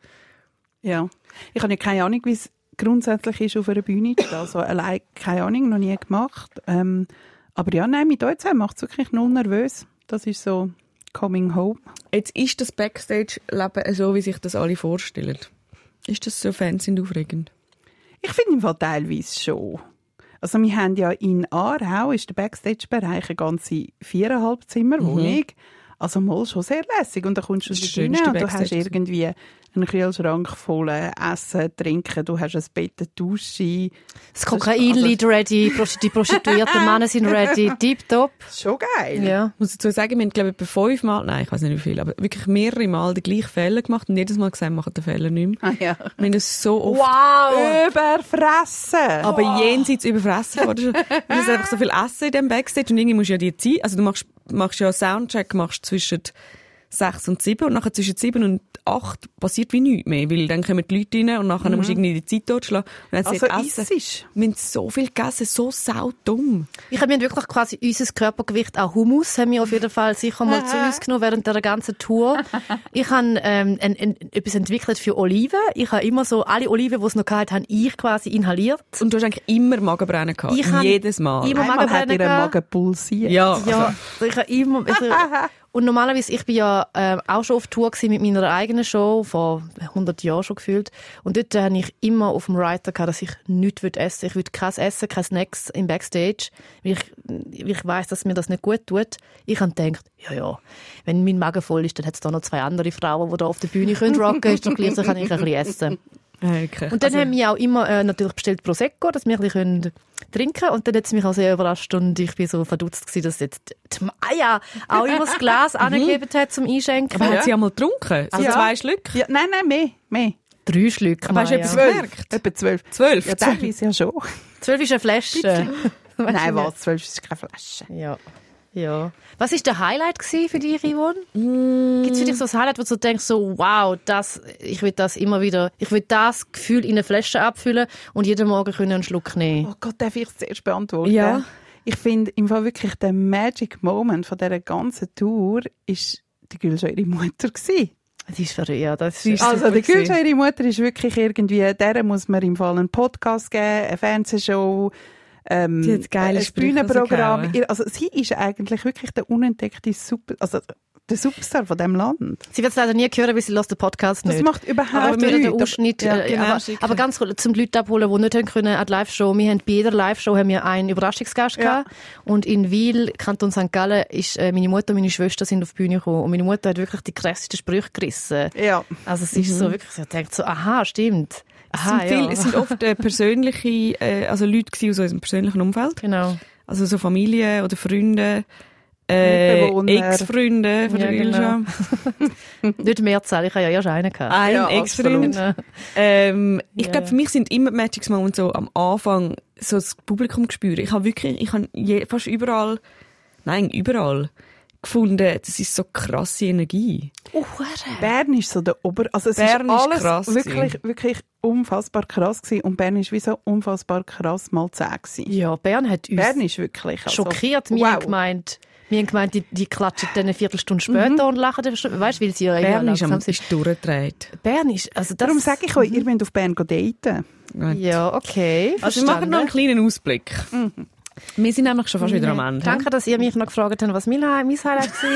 C: Ja. Ich habe ja keine Ahnung, wie es grundsätzlich ist, auf einer Bühne zu stehen. Also allein, keine Ahnung, noch nie gemacht. Ähm, aber ja, nein, mit euch zusammen macht es wirklich null nervös. Das ist so coming home.
B: Jetzt ist das Backstage-Leben so, wie sich das alle vorstellen. Ist das so Fans sind aufregend?
C: Ich finde im Fall teilweise schon. Also wir haben ja in Aarau ist der Backstage-Bereich eine ganze viereinhalb Zimmerwohnung. Also mal schon sehr lässig. Und dann kommst du
B: Mhm. Das ist
C: dort
B: der
C: rein
B: schönste
C: und du hast
B: Backstage.
C: irgendwie einen Kühlschrank voll Essen, Trinken, du hast ein Bett, eine Dusche.
A: Das also- Kokain liegt ready, Prosti- die prostituierten Männer sind ready, tipptopp.
C: Schon geil.
A: Ja.
B: Ich muss dazu sagen, wir haben, glaube ich, etwa fünfmal, nein, ich weiß nicht wie viel, aber wirklich mehrere Mal den gleichen Fehler gemacht und jedes Mal gesagt, machen den Fehler nicht mehr.
C: Ah, ja.
B: Wir haben es so oft
C: Überfressen.
B: Aber jenseits überfressen worden. Weil es einfach so viel Essen in dem Backstage und irgendwie musst du ja die Zeit, also du machst, machst ja Soundcheck machst zwischen sechs und sieben und nachher zwischen sieben und acht passiert wie nichts mehr, weil dann kommen die Leute rein und nachher musst du irgendwie die Zeit totschlagen. Und dann
C: also
B: sie essen.
C: issisch.
B: Wir haben so viel gegessen, so saudumm.
A: Ich habe mir wirklich quasi unser Körpergewicht an Hummus haben wir auf jeden Fall sicher mal zu uns genommen während der ganzen Tour. Ich habe ähm, ein, ein, etwas entwickelt für Oliven. Ich habe immer so alle Oliven, die es noch gab, habe ich quasi inhaliert.
B: Und du hast eigentlich immer Magenbrennen gehabt.
A: Ich hab
B: Jedes Mal.
A: immer-
C: Einmal hat ihr
A: Magenbrennen
C: Magen pulsiert.
B: ja. Also,
A: Ja, ich habe immer. Also, und normalerweise, ich bin ja äh, auch schon auf Tour gewesen mit meiner eigenen Show, vor 100 Jahren schon gefühlt. Und dort äh, habe ich immer auf dem Writer gehabt, dass ich nichts würd essen Ich würde kein Essen, kein Snacks im Backstage, weil ich, weil ich weiss, dass mir das nicht gut tut. Ich habe gedacht, ja, ja, wenn mein Magen voll ist, dann hat es da noch zwei andere Frauen, die da auf der Bühne können rocken können. Ist doch gleich, dann kann ich ein bisschen essen.
B: Äh, okay.
A: Und dann haben wir auch immer äh, natürlich bestellt Prosecco, dass wir ein bisschen können trinken können. Und dann hat es mich auch sehr überrascht und ich bin so verdutzt gewesen, dass jetzt die Maya auch immer das Glas angegeben hat zum Einschenken.
B: Mhm. aber hat sie einmal getrunken? So
C: Ja.
B: zwei Schlücke?
C: Ja, nein, nein, mehr, mehr.
A: Drei Schlücke,
B: Aber hast du
A: Maya.
B: etwas gemerkt?
C: Etwa zwölf.
B: Zwölf?
C: Ja, teilweise ja schon.
A: Zwölf ist eine Flasche.
C: nein, was? Zwölf ist keine Flasche.
A: Ja. Ja. Was war der Highlight gewesen für dich, Yvonne?
B: Mm.
A: Gibt es für dich so ein Highlight, wo du denkst, so, wow, das, ich will das immer wieder, ich will das Gefühl in eine Flasche abfüllen und jeden Morgen können einen Schluck nehmen
C: Oh Gott, darf ich zuerst beantworten?
B: Ja.
C: Ich finde im Fall wirklich der Magic Moment von dieser ganzen Tour ist die Gülschau ihre Mutter gewesen.
A: Das ist verrückt, ja. Das
B: Oh. Sie
A: ist
B: ist
A: also,
C: Also
B: super
C: die
B: gewesen.
C: Gülschau ihre Mutter ist wirklich irgendwie, der muss man im Fall einen Podcast geben, eine Fernsehshow, ähm,
B: Die hat geile
C: ein
B: Sprüche
C: Bühnenprogramm.
B: rausgehauen.
C: Ihr- Also sie ist eigentlich wirklich der unentdeckte Super, also der Superstar von diesem Land.
A: Ah, sie wird es leider nie hören, weil sie lässt den Podcast
C: Das
A: nicht.
C: macht überhaupt
A: Aber wir haben den
C: nichts.
A: Ausschnitt.
C: Ja,
A: äh,
B: genau,
A: aber,
B: schicken.
A: aber ganz kurz, zum die Leute abholen, die nicht haben können an die Live-Show. Wir haben bei jeder Live-Show haben wir einen Überraschungsgast gehabt. Und in Wiel, Kanton St. Gallen, ist äh, meine Mutter und meine Schwester sind auf die Bühne gekommen. Und meine Mutter hat wirklich die krassesten Sprüche gerissen.
C: Ja.
A: Also es ist so wirklich, sie hat gedacht so, aha, stimmt.
B: Es sind,
A: Aha,
B: viel,
A: ja.
B: es sind oft äh, persönliche, äh, also Leute gewesen aus unserem persönlichen Umfeld.
A: Genau.
B: Also so Familie oder Freunde, äh,
C: Mitbewohner.
B: Ex-Freunde von der
A: Ja,
B: Ilja.
A: Nicht Mehrzahl, ich habe ja erst einen gehabt.
B: Ein
C: Ja,
B: Ex-Freund.
A: Genau.
B: Ähm, ich
A: Ja,
B: glaube,
A: ja.
B: für mich sind immer Magic Moments so am Anfang so das Publikum gespürt. Ich habe wirklich, ich habe je, fast überall, nein, überall gefunden, das ist so krasse Energie.
C: Bern ist so der Ober... Also es
B: Bern
C: ist
B: ist
C: alles
B: krass
C: wirklich,
B: gewesen.
C: wirklich unfassbar krass gewesen. Und Bern ist wie so unfassbar krass mal zehn gewesen.
A: Ja, Bern hat uns
C: Bern ist wirklich... Also,
A: schockiert. Wir haben gemeint, wir haben gemeint, die, die klatschen dann eine Viertelstunde später und lachen. dann schon. Weißt du, weil sie ja
B: Bern
A: irgendwie
B: ist am
A: langsam sind.
B: ist durchgedreht.
A: Bern ist, also das...
C: Darum sage ich euch, ihr müsst auf Bern daten.
A: Ja, okay.
B: Also wir machen
A: verstanden.
B: noch einen kleinen Ausblick. Wir sind nämlich schon fast wieder am Ende.
A: Mhm. Danke, dass ihr mich noch gefragt habt, was mein, Hi- mein Highlight war.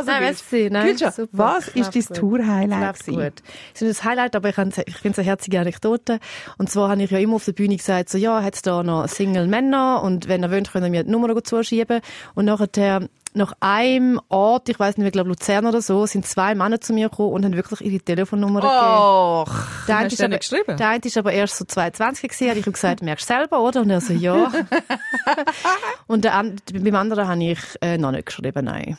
C: Also,
A: Nein,
C: Gülsch-
A: merci. Nein,
C: Gülscha,
A: super,
C: was
A: knapp
C: ist dein
A: gut.
C: Tour-Highlight
A: Klappt
C: gewesen?
A: gut. Es ist nicht das Highlight, aber ich, habe- ich finde es eine herzige Anekdote. Und zwar habe ich ja immer auf der Bühne gesagt, so, ja, hat es da noch Single-Männer und wenn ihr wollt, könnt ihr mir die Nummer gut zuschieben. Und nachher, nach einem Ort, ich weiß nicht mehr, ich glaube Luzern oder so, sind zwei Männer zu mir gekommen und haben wirklich ihre Telefonnummer gegeben.
B: Och,
A: Der eine
B: hast
A: ist
B: du
A: aber-
B: nicht geschrieben?
A: Der eine war aber erst so 22 gewesen, habe ich ihm gesagt, merkst du selber, oder? Und er so, ja. und der, an- beim anderen habe ich äh, noch nicht geschrieben, nein.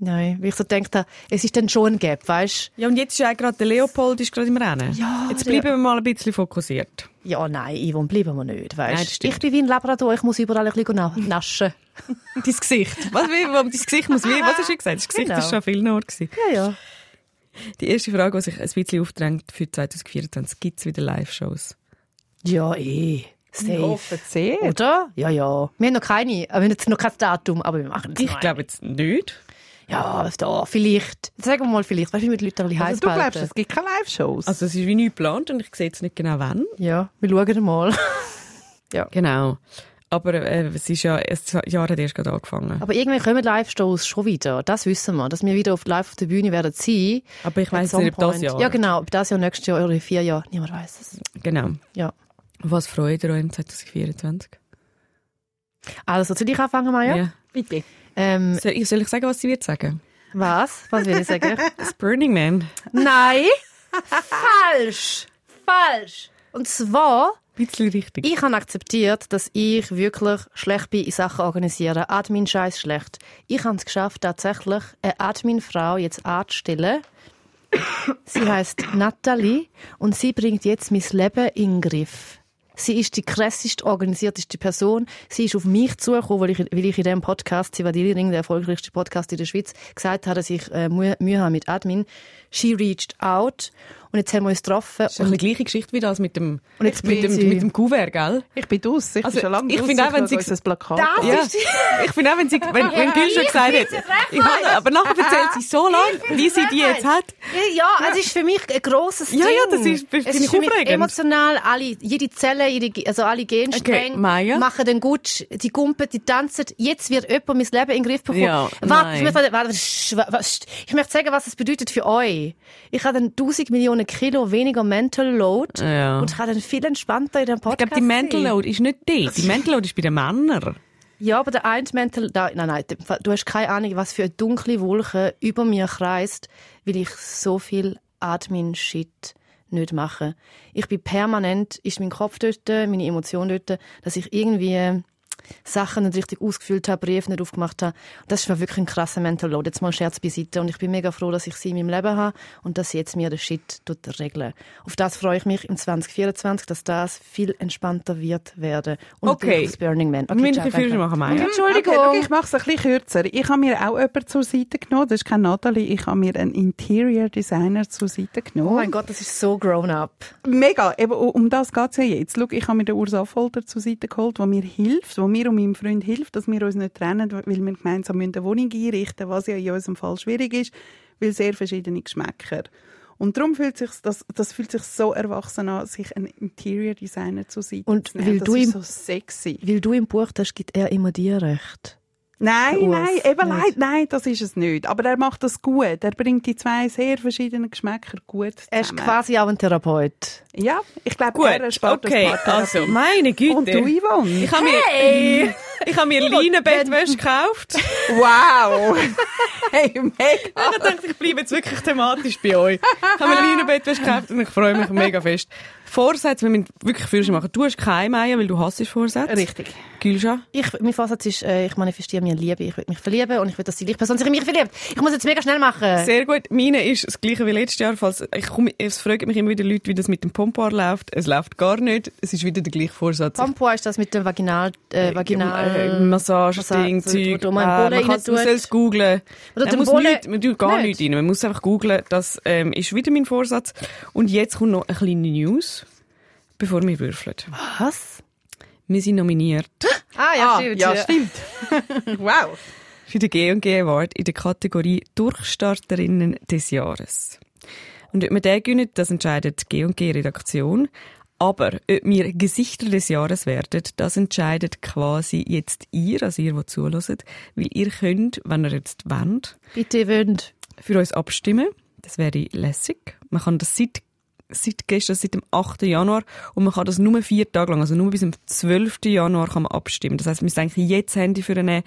A: Nein, weil ich so gedacht habe, es ist dann schon ein Gap, weißt
B: Ja, und jetzt ist ja gerade der Leopold ist gerade im Rennen.
A: Ja,
B: jetzt
A: der-
B: bleiben wir mal ein bisschen fokussiert.
A: Ja, nein, Yvonne, bleiben wir nicht,
B: Nein, das
A: weißt
B: stimmt.
A: Ich bin wie ein Labrador, ich muss überall ein bisschen na- naschen.
B: Dein Gesicht. Was, wie, wo- dein Gesicht muss wie, was hast du gesagt? Das Gesicht
A: Genau.
B: war schon an vielen Orten. gewesen.
A: Ja, ja.
B: Die erste Frage, die sich ein bisschen aufdrängt für 2024, gibt es wieder Live-Shows?
A: Ja, eh. Safe.
C: Sehr.
A: Oder? Ja, ja. Wir haben noch keine, aber wir haben jetzt noch kein Datum, aber wir machen es
B: Ich
A: noch.
B: glaube jetzt nicht.
A: Ja, da, vielleicht. Sagen wir mal vielleicht. Weißt du, wie wir die Leute ein bisschen heiß
C: Also, du glaubst, es gibt keine Live-Shows?
B: Also es ist wie nicht geplant und ich sehe jetzt nicht genau wann.
A: Ja, wir schauen mal.
B: Genau. Aber äh, es ist ja, das Jahr hat erst gerade angefangen.
A: Aber irgendwann kommen Live-Shows schon wieder. Das wissen wir, dass wir wieder auf live auf der Bühne werden sein.
B: Aber ich
A: At
B: weiß
A: some
B: nicht, ob das
A: point.
B: Jahr.
A: Ja, genau. Ob das Jahr, nächstes Jahr oder in vier Jahren. Niemand weiß es.
B: Genau.
A: Ja.
B: Was freut ihr euch im 2024?
A: Also, soll ich anfangen, Maja?
C: Bitte.
A: Ähm,
B: Soll, ich- soll ich sagen, was sie wird sagen?
A: was? Was will ich sagen?
B: Das Burning Man.
A: Nein! Falsch! Falsch! Und zwar,
B: Ein bisschen richtig.
A: ich habe akzeptiert, dass ich wirklich schlecht bin in Sachen organisieren. Admin scheiß schlecht. Ich habe es geschafft, tatsächlich eine Admin-Frau jetzt anzustellen. Sie heißt Nathalie und sie bringt jetzt mein Leben in den Griff. Sie ist die krasseste, organisierteste Person. Sie ist auf mich zugekommen, weil ich, weil ich in diesem Podcast, Sivadili Ring, der erfolgreichste Podcast in der Schweiz, gesagt habe, dass ich äh, Mühe, Mühe habe mit Admin. She reached out und jetzt haben wir uns getroffen.
B: Das ist eine gleiche Geschichte wie das mit dem,
A: Und jetzt
B: mit
A: bin
B: dem,
A: sie-
B: mit dem Kuvert, gell?
C: Ich bin aus. Ich
B: Also,
C: bin schon lange
B: ich
C: draus.
B: finde auch, wenn
C: schau
B: sie-
C: uns das Plakat. an.
B: Ja. Ich finde auch, wenn, sie, wenn, wenn Gül schon gesagt hat, ich habe, aber nachher erzählt sie so lange, wie sie die jetzt hat.
A: Ja, es ist für mich ein grosses
B: Ja,
A: Ding.
B: ja, das ist- das
A: es
B: finde
A: ist
B: ich
A: für mich
B: aufregend.
A: emotional. Alle, jede Zelle, jede, also alle Genstränge
B: Okay, Maya.
A: machen den gut. Die gumpen, die tanzen. Jetzt wird jemand mein Leben in den Griff bekommen.
B: Ja,
A: warte, ich
B: nein.
A: möchte, warte, sch- wa- was- ich möchte sagen, was es bedeutet für euch. Ich habe dann 1000 Millionen Kilo weniger Mental Load
B: Ja.
A: und kann dann viel entspannter in den
B: Ich
A: Podcast
B: glaube, die Mental
A: sein.
B: Load ist nicht die. Die Mental Load ist bei den Männern.
A: Ja, aber der eine Mental... Nein, nein, nein, du hast keine Ahnung, was für eine dunkle Wolke über mir kreist, weil ich so viel Admin-Shit nicht mache. Ich bin permanent, ist mein Kopf dort, meine Emotion dort, dass ich irgendwie Sachen nicht richtig ausgefüllt habe, Briefe nicht aufgemacht habe. Das ist mir wirklich ein krasser Mental Load. Jetzt mal Scherz beiseite. Und ich bin mega froh, dass ich sie in meinem Leben habe und dass sie jetzt mir den Shit tut regeln. Auf das freue ich mich im 2024, dass das viel entspannter wird werden. Und
B: Okay.
A: durch das Burning Man.
B: Wir müssen ein
A: ciao, danke.
B: bisschen machen,
C: Mhm.
B: Maya.
A: Entschuldigung.
C: Okay, schau, ich mache es ein bisschen kürzer. Ich habe mir auch jemanden zur Seite genommen. Das ist keine Nathalie. Ich habe mir einen Interior Designer zur Seite genommen.
A: Oh mein Gott, das ist so grown up.
C: Mega, eben, u- um das geht's ja jetzt. Schau, ich habe mir den Urs Affolter zur Seite geholt, der mir hilft, der mir und meinem Freund hilft, dass wir uns nicht trennen, weil wir gemeinsam eine Wohnung einrichten müssen, was ja in unserem Fall schwierig ist, weil sehr verschiedene Geschmäcker. Und darum fühlt sich das, das fühlt sich so erwachsen an, sich einen Interior Designer zur Seite
A: Und
C: zu nehmen.
A: weil
C: das
A: du
C: ist
A: ihm-
C: so sexy.
A: Weil du im Buch hast, gibt er immer dir recht.
C: Nein,
A: Urs,
C: nein,
A: nicht.
C: eben nein, nein, das ist es nicht. Aber er macht das gut. Er bringt die zwei sehr verschiedenen Geschmäcker gut zusammen.
A: Er ist quasi auch ein Therapeut.
C: Ja, ich glaube,
B: Gut,
C: er erspart
B: okay,
C: ein paar
B: also,
C: Therapien.
B: meine Güte.
C: Und du, Yvonne?
B: Ich habe mir, ich habe mir Leinenbettwäsche gekauft.
C: Wow! hey, mega!
B: Ich habe gedacht, ich bleibe jetzt wirklich thematisch bei euch. Ich habe mir Leinenbettwäsche gekauft und ich freue mich mega fest. Vorsätze, wir müssen wirklich Führerschein machen. Du hast keine Meier, weil du hasst Vorsätze.
C: Richtig.
B: Gülscha?
A: Ich, mein Vorsatz ist, äh, ich manifestiere mir Liebe. Ich will mich verlieben und ich will, dass die gleiche Person sich in mich verliebt. Ich muss jetzt mega schnell machen.
B: Sehr gut. Meine ist das gleiche wie letztes Jahr. Falls ich komme, es fragen mich immer wieder Leute, wie das mit dem Pompar läuft. Es läuft gar nicht. Es ist wieder der gleiche Vorsatz.
A: Shampoo ist das mit dem Vaginal, äh,
B: Äh,
A: Vaginal,
B: Massage,
A: Massage,
B: Ding,
A: so,
B: Zeug. äh,
A: wo du mal
B: man
A: einen Bohlen
B: kann
A: um rein tut.
B: es googlen.
A: Oder
B: man,
A: den
B: muss
A: Bohlen-
B: nicht, man tut gar
A: nicht.
B: nichts rein. Man muss einfach googlen. Das ähm, ist wieder mein Vorsatz. Und jetzt kommt noch eine kleine News, bevor wir würfeln.
A: Was?
B: Wir sind nominiert
A: Ah, ja, stimmt.
C: ja, stimmt. wow!
B: für den G&G Award in der Kategorie Durchstarterinnen des Jahres. Und ob wir den gewinnen, das entscheidet die G&G-Redaktion. Aber ob wir Gesichter des Jahres werden, das entscheidet quasi jetzt ihr, also ihr, die zuhört. Weil ihr könnt, wenn ihr jetzt wollt,
A: Bitte wünscht.
B: für uns abstimmen. Das wäre lässig. Man kann das seit, seit gestern, seit dem 8. Januar, und man kann das nur vier Tage lang, also nur bis zum 12. Januar kann man abstimmen. Das heißt, man muss eigentlich jetzt Handy für einen,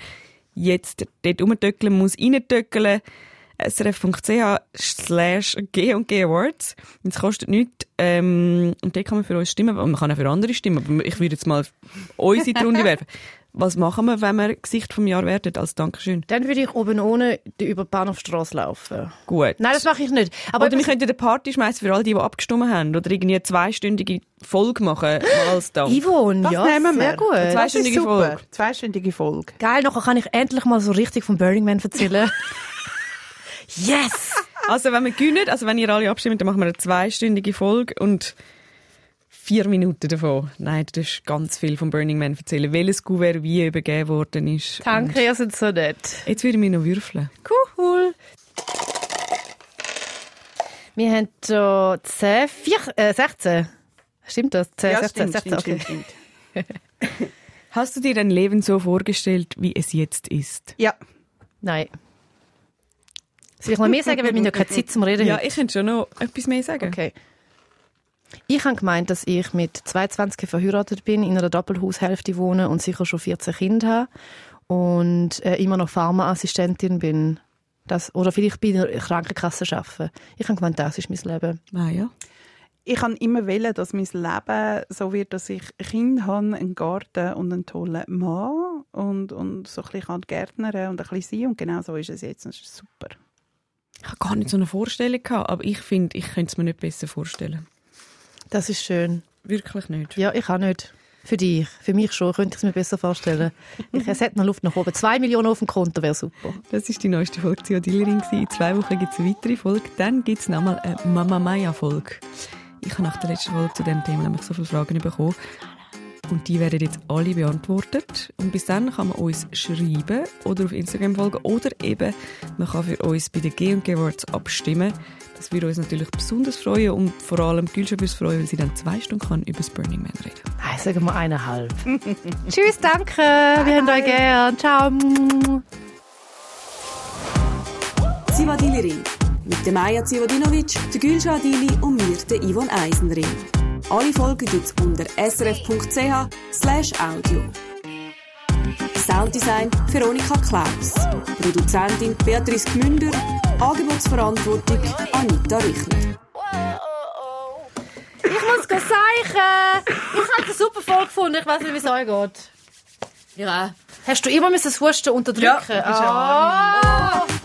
B: jetzt dort rumtöckeln, man muss reintöckeln. srf.ch slash G&G Awards. Und Es kostet nichts. Ähm, und dort kann man für uns stimmen. Und man kann auch für andere stimmen. Aber ich würde jetzt mal unsere in die Runde werfen. Was machen wir, wenn wir Gesicht vom Jahr werden? Als Dankeschön.
A: Dann würde ich oben ohne über die Bahnhofstrasse laufen.
B: Gut.
A: Nein, das mache ich nicht. Aber
B: Oder wir
A: etwas-
B: könnten eine Party schmeißen für all die, die abgestimmt haben. Oder irgendwie eine zweistündige Folge machen. mal Als Dank.
A: Yvonne,
C: Das
A: ja,
C: nehmen wir.
A: sehr gut.
B: Zwei- Zweistündige Folge.
C: Zweistündige Folge.
A: Geil, nachher kann ich endlich mal so richtig vom Burning Man erzählen. yes!
B: Also, wenn wir gewinnen, also wenn ihr alle abstimmt, dann machen wir eine zweistündige Folge und vier Minuten davon. Nein, das ist ganz viel vom Burning Man erzählen. Welches Kuvert wie übergeben worden ist.
A: Danke, ihr seid so nett.
B: Jetzt würde ich mich noch würfeln.
A: Cool. Wir haben hier 10, 4, äh, 16. Stimmt das? 10, 16, 16, okay.
B: Hast du dir dein Leben so vorgestellt, wie es jetzt ist?
C: Ja,
A: Nein. Soll ich noch mehr sagen, weil wir haben ja keine Zeit zum Reden
B: Ja,
A: haben?
B: ich könnte schon noch etwas mehr sagen.
A: Okay. Ich habe gemeint, dass ich mit 22 verheiratet bin, in einer Doppelhaushälfte wohne und sicher schon 14 Kinder habe und äh, immer noch Pharmaassistentin bin. Das, oder vielleicht bei einer Krankenkasse arbeite. Ich habe gemeint, das ist mein Leben.
B: Ah, ja.
C: Ich kann immer wählen, dass mein Leben so wird, dass ich ein Kind habe, einen Garten und einen tollen Mann und, und so ein bisschen Gärtner und ein bisschen sein. Und genau so ist es jetzt. Das ist super.
B: Ich habe gar nicht so eine Vorstellung gehabt, aber ich finde, ich könnte es mir nicht besser vorstellen.
A: Das ist schön.
B: Wirklich nicht.
A: Ja, ich auch nicht. Für dich. Für mich schon. Könnte ich es mir besser vorstellen. Ich, es hätte noch Luft nach oben. Zwei Millionen auf dem Konto wäre super.
B: Das ist die neueste Folge zu Dealerin. In zwei Wochen gibt es eine weitere Folge. Dann gibt es nochmal eine Mama Maya-Folge. Ich habe nach der letzten Folge zu dem Thema nämlich so viele Fragen bekommen. Und die werden jetzt alle beantwortet. Und bis dann kann man uns schreiben oder auf Instagram folgen oder eben man kann für uns bei den G&G Awards abstimmen. Das würde uns natürlich besonders freuen und vor allem Gülschab freuen, weil sie dann zwei Stunden kann über das Burning Man reden
A: Ah, sagen wir eineinhalb. Tschüss, danke. Wir haben euch gern. Ciao.
D: Zivadili-Ring. Mit der Maja Zivadinovic, der Gülşah Adili und mir, der Yvonne Eisenring. Alle Folgen gibt's unter srf.ch slash audio. Sounddesign Veronika Klaus. Produzentin Beatrice Gmünder. Angebotsverantwortung Anita Richner.
A: Ich muss gehen zeichnen. Ich habe es super voll gefunden. Ich weiß nicht, wie es euch geht. Ja. Hast du immer müssen das Husten unterdrücken? Ja,